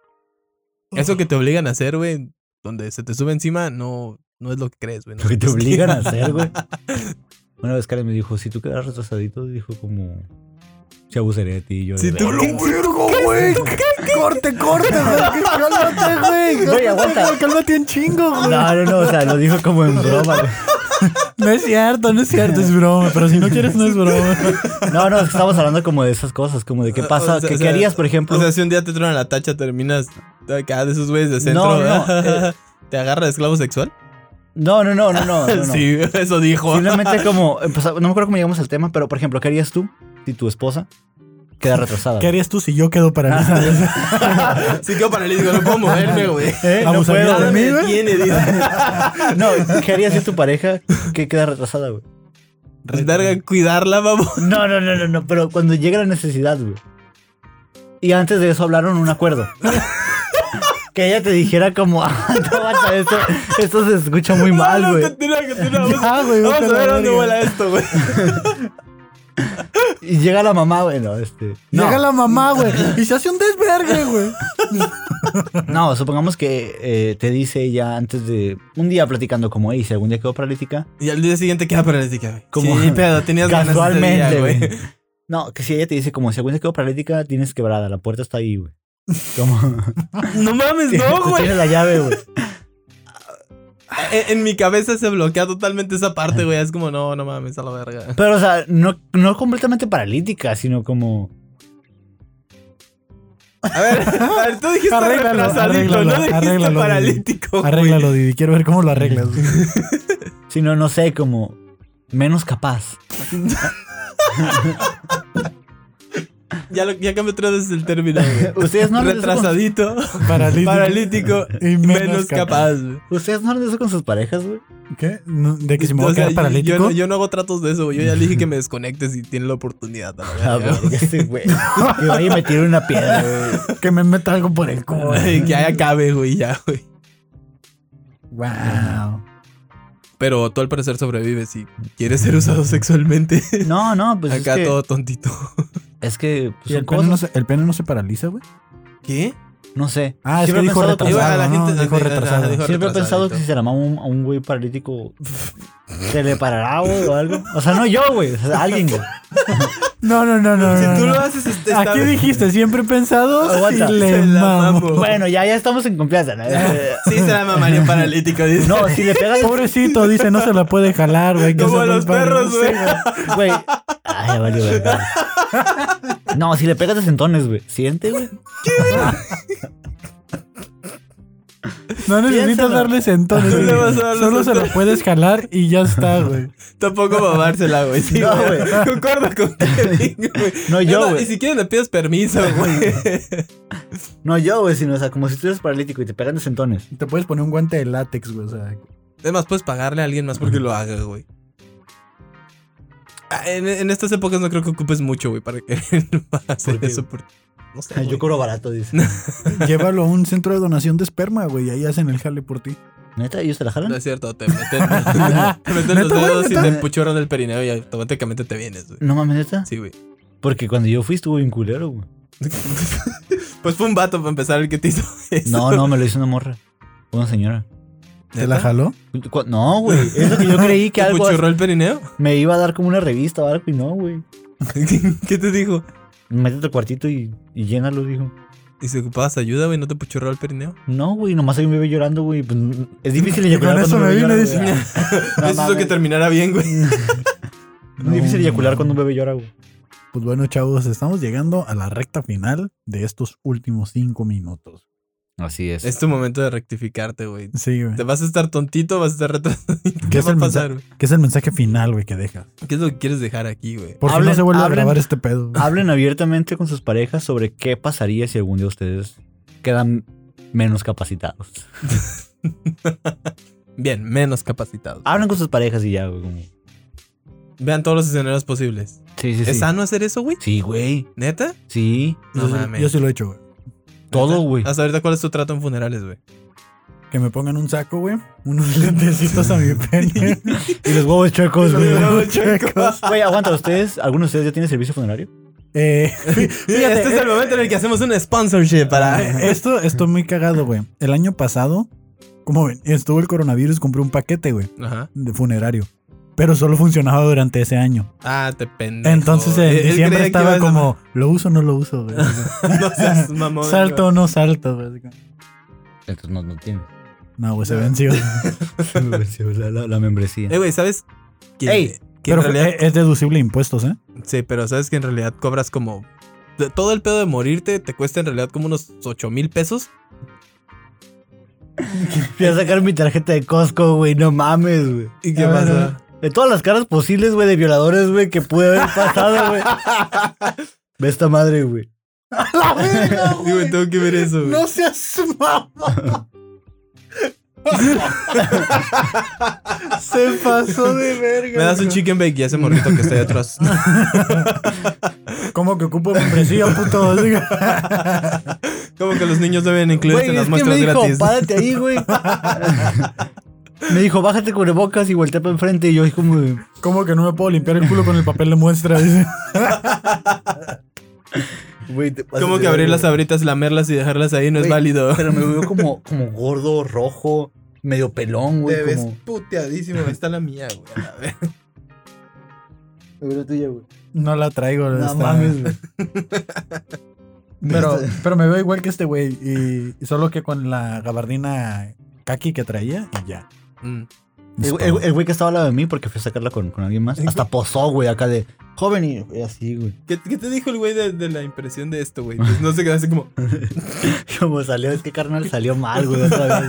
Eso que te obligan a hacer, güey, donde se te sube encima, no, no es lo que crees, güey. ¿no? Lo que te obligan a hacer, güey. Una vez Karen me dijo, si tú quedas retrasadito, dijo como, se abusaré de ti. Y yo, Si de tú- verga. ¿Qué? güey! ¡Corte, corte! güey! ¡Cálmate, güey! Güey, aguanta. Cálmate, güey, ¡Cálmate un chingo, güey! No, no, no, o sea, lo dijo como en broma, güey. No es cierto, no es cierto, es broma. Pero si no quieres, no es broma. No, no, es que estamos hablando como de esas cosas, como de qué pasa, O sea, qué, o qué sea, harías, por ejemplo. O sea, si un día te tronan la tacha, terminas acá de esos güeyes de centro. No, no, ¿verdad? ¿Te agarra de esclavo sexual? no, no, no, no, Ah, no. no, no. Sí, eso dijo. Simplemente como, empezar- no me acuerdo cómo llegamos al tema, pero por ejemplo, ¿qué harías tú si tu esposa queda retrasada? Eh, ¿Qué harías tú si yo quedo paralizado? Sí, quedo paralítico, no puedo moverme, güey. ¿Eh? No, Vamos a puedo. hablar de Nada me mí, güey. detiene, dice. No, ¿qué harías si tu pareja que queda retrasada, güey? Pues, Verga, cuidarla, vamos. No, no, no, no, no, pero cuando llega la necesidad, güey. Y antes de eso hablaron un acuerdo. Que ella te dijera como, ah, no, bata, esto, esto se escucha muy mal, güey. Continúa, continúa. Vamos, Ya, güey, vamos vete a a la ver dónde verga. vuela esto, güey. Y llega la mamá, güey, no, este... no. Llega la mamá, güey, y se hace un desvergue, güey. No, supongamos que eh, te dice ella antes de un día platicando como, hey, si algún día quedó paralítica, Y al día siguiente queda paralítica, güey. Como- Sí, pedo, tenías ganas ese casualmente, día, güey. No, que si ella te dice como, si algún día quedó paralítica, tienes quebrada, la puerta está ahí, güey. Como, No mames, no, tú güey. tienes la llave, güey. En, en mi cabeza se bloquea totalmente esa parte, güey. Es como, no, no mames, a la verga. Pero, o sea, no, no completamente paralítica, sino como... A ver, a ver, tú dijiste Arréglalo, retrasadito, arréglalo, no dijiste arréglalo, güey. paralítico, güey. Arréglalo, Didi, quiero ver cómo lo arreglas. güey. Sino, no sé, como menos capaz. Ya, lo, ya cambié otra vez el término, güey. Ustedes no hablan de eso con- Retrasadito, Paralítico. paralítico y menos, capaz, güey. ¿Ustedes no hablan de eso con sus parejas, güey? ¿Qué? No, ¿De que si me O voy a sea, quedar yo- paralítico? Yo, no, yo no hago tratos de eso, güey. Yo ya le dije que me desconecte si tiene la oportunidad. a la Ah, verga, güey, ese güey. Que vaya y me tire una Ah, piedra, güey. Que me meta algo por el culo. güey. que ya acabe, güey, ya, güey. Wow. Pero tú al parecer sobrevives y quieres ser usado sexualmente. No, no, pues es Acá que- todo tontito. Es que ¿Y pues, son el pene, no cosas. se, el pene no se paraliza, güey? ¿Qué? No sé. Ah, es que Siempre he dijo pensado que- retrasado. Iba a la ¿no? gente- Dijo ajá, retrasado. dijo- Siempre he pensado que si se la mama un- a un güey paralítico, se le parará, güey, o algo. O sea, no yo, güey, o sea, alguien, güey. No, no, no, no. no, Si tú no. lo haces, este está- Aquí dijiste, siempre he pensado si Aguanta. le Se la mamo. mamo. Bueno, ya, ya estamos en confianza. ¿no? Eh, Sí, se la mamaría un paralítico, dice. No, si le pegas, Pobrecito, dice, no se la puede jalar, güey. que eso Como a no los es para- perros, güey. güey. Ay, ya valió, güey. No, si le pegas de sentones, güey. Siente, güey. No necesitas Piénsalo. darles entonces. No le vas a dar los Solo se la centones. puedes jalar y ya está, güey. Tampoco mamársela, güey. Sí, No, güey. güey. Concordo contigo, güey. No, Es yo, más, güey. Ni siquiera le pides permiso, güey. No yo, güey, sino, o sea, como si tú eres paralítico y te pegan de sentones. Te puedes poner un guante de látex, güey. O sea, Es más, puedes pagarle a alguien más porque lo haga, güey. Ah, En, en estas épocas no creo que ocupes mucho, güey, para, que, para hacer qué? Ah, eso. por- no sé. Yo güey. cobro barato, dice. llévalo a un centro de donación de esperma, güey. y Ahí hacen el jale por ti. ¿Neta? ¿Ellos te la No jalan? es cierto, te meten, te meten los ¿Neta, güey? dedos y ¿Neta? te empuchorran el perineo y automáticamente te vienes, güey. No mames, ¿neta? Sí, güey. Porque cuando yo fui estuvo bien culero, güey. Pues fue un vato para empezar el que te hizo eso. No, no, me lo hizo una morra. Una señora. ¿Te la ¿Neta? jaló? Cu- No, güey. Es lo que yo creí que ¿Te algo empuchorró el perineo? me iba a dar como una revista o algo y no, güey. ¿Qué te dijo? Métete al cuartito y, y llénalo, dijo. ¿Y si ocupabas ayuda, güey? ¿No te puchurró el perineo? No, güey, nomás hay un bebé llorando, güey. Pues, es difícil eyacular Con eso cuando un me bebé vine, llora, dice. güey. No Eso hizo que mames. terminara bien, güey. Es No, difícil eyacular no. cuando un bebé llora, güey. Pues bueno, chavos, estamos llegando a la recta final de estos últimos cinco minutos. Así Es tu momento de rectificarte, güey. Sí, güey. Te vas a estar tontito, vas a estar retrasado. ¿Qué ¿Qué es va a el pasar, güey? Que es el mensaje final, güey, que dejas. ¿Qué es lo que quieres dejar aquí, güey? Por fin no Hablen- se vuelve a hablen- grabar este pedo. güey. Hablen abiertamente con sus parejas sobre qué pasaría si algún día ustedes quedan menos capacitados. Bien, menos capacitados. Ah. Hablen con sus parejas y ya, güey. como- Vean todos los escenarios posibles. Sí, sí, sí. ¿Es sano hacer eso, güey? Sí, güey. ¿Neta? Sí. No yo, sí- mames. yo sí lo he hecho, güey. Todo, ¿Neta? güey. Hasta ahorita, ¿cuál es tu trato en funerales, güey? Que me pongan un saco, güey. Unos lentecitos a mi pene. Y los huevos chuecos, güey. Güey, aguanta, ¿ustedes? ¿Alguno de ustedes ya tiene servicio funerario? Eh, Fíjate, este es eh, el momento en el que hacemos un sponsorship para. esto estoy muy cagado, güey. El año pasado, como ven, estuvo el coronavirus, compré un paquete, güey, Ajá. de funerario. Pero solo funcionaba durante ese año. Ah, te pendejo. Entonces en ¿e-, Él- él diciembre creía que estaba ibas a- como, ¿lo uso o no lo uso? güey? no seas mamón. güey. ¿Salto o no salto? güey. Entonces no, no tiene. No, güey, se venció. la, la- la membresía. Eh, güey, ¿sabes? Que, Ey, eh. que en Pero realidad- es es deducible impuestos, ¿eh? Sí, pero sabes que en realidad cobras como. de- Todo el pedo de morirte te cuesta en realidad como unos 8 mil pesos. Voy a sacar mi tarjeta de Costco, güey. No mames, güey. ¿Y qué A ver, pasa? a ver. De todas las caras posibles, güey, de violadores, güey, que pude haber pasado, güey. Ve esta madre, güey. Sí, güey, tengo que ver eso, güey. seas mamá. Se pasó de verga. Me das un chicken bake y ese morrito que está ahí atrás. ¿Cómo que ocupo membresía, puto? como que los niños deben incluirse Güey, en es las que me muestras dijo, gratis. párate ahí, güey. me dijo, bájate cubrebocas y voltea para enfrente. Y yo, como, de, ¿Cómo que no me puedo limpiar el culo con el papel de muestra? Dice. güey, te pasas Como de que abrir verga, las abritas, lamerlas y dejarlas ahí no es Güey, válido. Pero me veo como, como gordo, rojo, medio pelón, güey. Como... puteadísimo. Está la mía, güey. A ver. Me veo la tuya, güey. No la traigo. No está- mames, güey. Pero, pero me veo igual que este güey. Y, y solo que con la gabardina kaki que traía y ya. Mm. El Es güey- el- todo. el güey que estaba al lado de mí porque fui a sacarla con, con alguien más. Hasta posó, güey, acá de joven y y así, güey. ¿Qué, qué te dijo el güey de, de la impresión de esto, güey? Pues no se quedaste como. Como salió, es que carnal salió mal, güey, otra vez.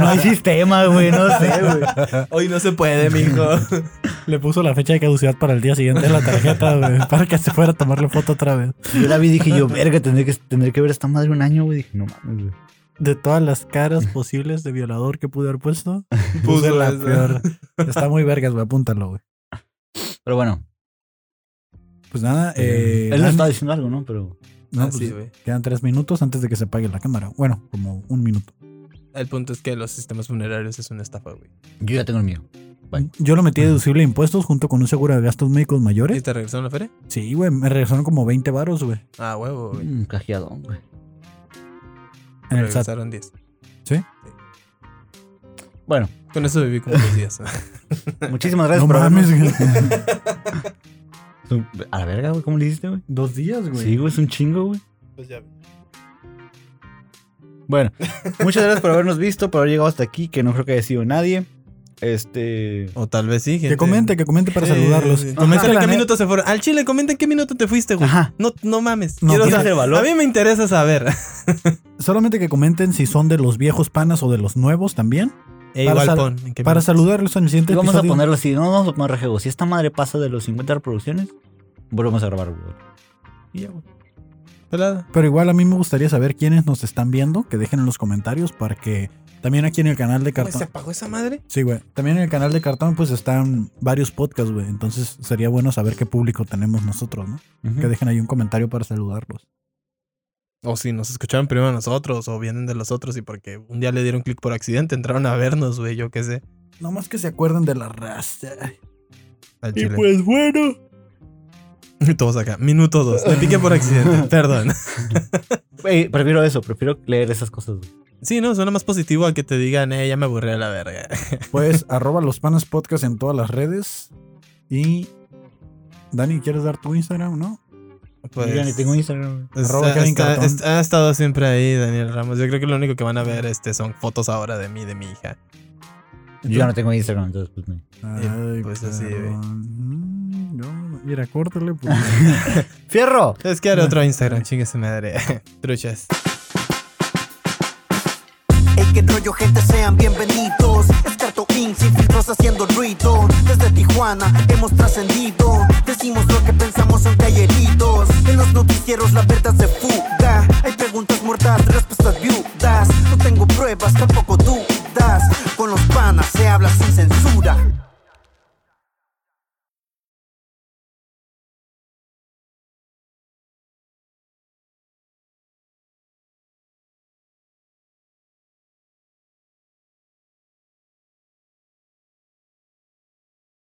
No hay sistema, güey, no sé, güey. Hoy no se puede, mijo. Le puso la fecha de caducidad para el día siguiente de la tarjeta, güey, para que se fuera a tomarle foto otra vez. Yo la vi y dije yo, verga, tendré que, tendré que ver esta madre un año, güey. Dije, no mames, güey. De todas las caras posibles de violador que pude haber puesto, puse Puso la esa. peor. Está muy vergas, güey, apúntalo, güey. Pero bueno, Pues nada, eh, él Dan- nos estaba diciendo algo, ¿no? Pero no, Ah, sí, pues, güey. quedan tres minutos antes de que se apague la cámara. Bueno, como un minuto. El punto es que los sistemas funerarios es una estafa, güey. Yo ya tengo el mío. Bye. Yo lo metí deducible de impuestos junto con un seguro de gastos médicos ¿Y mayores. te regresaron la feria? Sí, güey, me regresaron como 20 varos, güey, Ah, huevo, güey. Mm, cajeadón, güey. en Me el SAT. regresaron 10. Bueno, Con eso viví como dos días. muchísimas gracias No por mames, habernos- güey. A la verga, güey, ¿cómo le hiciste, güey? Dos días, güey. Sí, güey, es un chingo, güey. pues ya. Bueno, muchas gracias por habernos visto, por haber llegado hasta aquí, que no creo que haya sido nadie. Este. O tal vez sí, gente. que comente, que comente para saludarlos. Sí, sí. Comenten Comenten la qué ne- minuto se fueron. Al chile, comenten qué minuto te fuiste, güey. Ajá. No, no mames. No, Quiero tienes saber. el valor. A mí me interesa saber. Solamente que comenten si son de los viejos panas o de los nuevos también. E Para igual sal- pon. ¿en qué Para minuto? saludarlos en el siguiente Y vamos a episodio. ponerlo así, no vamos a poner rejego. Si esta madre pasa de los 50 reproducciones, volvemos a grabar, güey. Y ya, güey. Pelada. Pero igual a mí me gustaría saber quiénes nos están viendo, que dejen en los comentarios para que también aquí en el canal de Güey, ¿Se cartón. apagó esa madre? Sí, güey. También en el canal de cartón pues están varios podcasts, güey. Entonces sería bueno saber qué público tenemos nosotros, ¿no? Que dejen ahí un comentario para saludarlos. O si nos escucharon primero a nosotros, o vienen de los otros, y porque un día le dieron clic por accidente, entraron a vernos, güey, yo qué sé. Nomás que se acuerden de la raza. Al Y chile. pues bueno. Y todos acá. Minuto dos. Le piqué por accidente. Perdón. Ey, prefiero eso, prefiero leer esas cosas, güey. Sí, no, suena más positivo a que te digan, eh, ya me aburrí a la verga. Pues arroba los panas podcast en todas las redes. Y Dani, ¿quieres dar tu Instagram, no? Yo ya ni Pues, tengo Instagram, güey. está- Arroba Kevin está- Cartón. está- ha estado siempre ahí Daniel Ramos. Yo creo que lo único que van a ver este, son fotos ahora de mí, de mi hija. Yo ya no tengo Instagram, entonces pues no. Ay, pues así, güey. perdón. Mm, No, mira, córtale, pues. ¡Fierro! Es que haré otro Instagram, chingue su madre. Truchas. Hey, qué rollo, gente, sean bienvenidos. Es Carto Inc. sin filtros haciendo ruido. Desde Tijuana hemos trascendido. Decimos lo que pensamos en calleritos. En los noticieros la verdad se fuga. Hay preguntas muertas, respuestas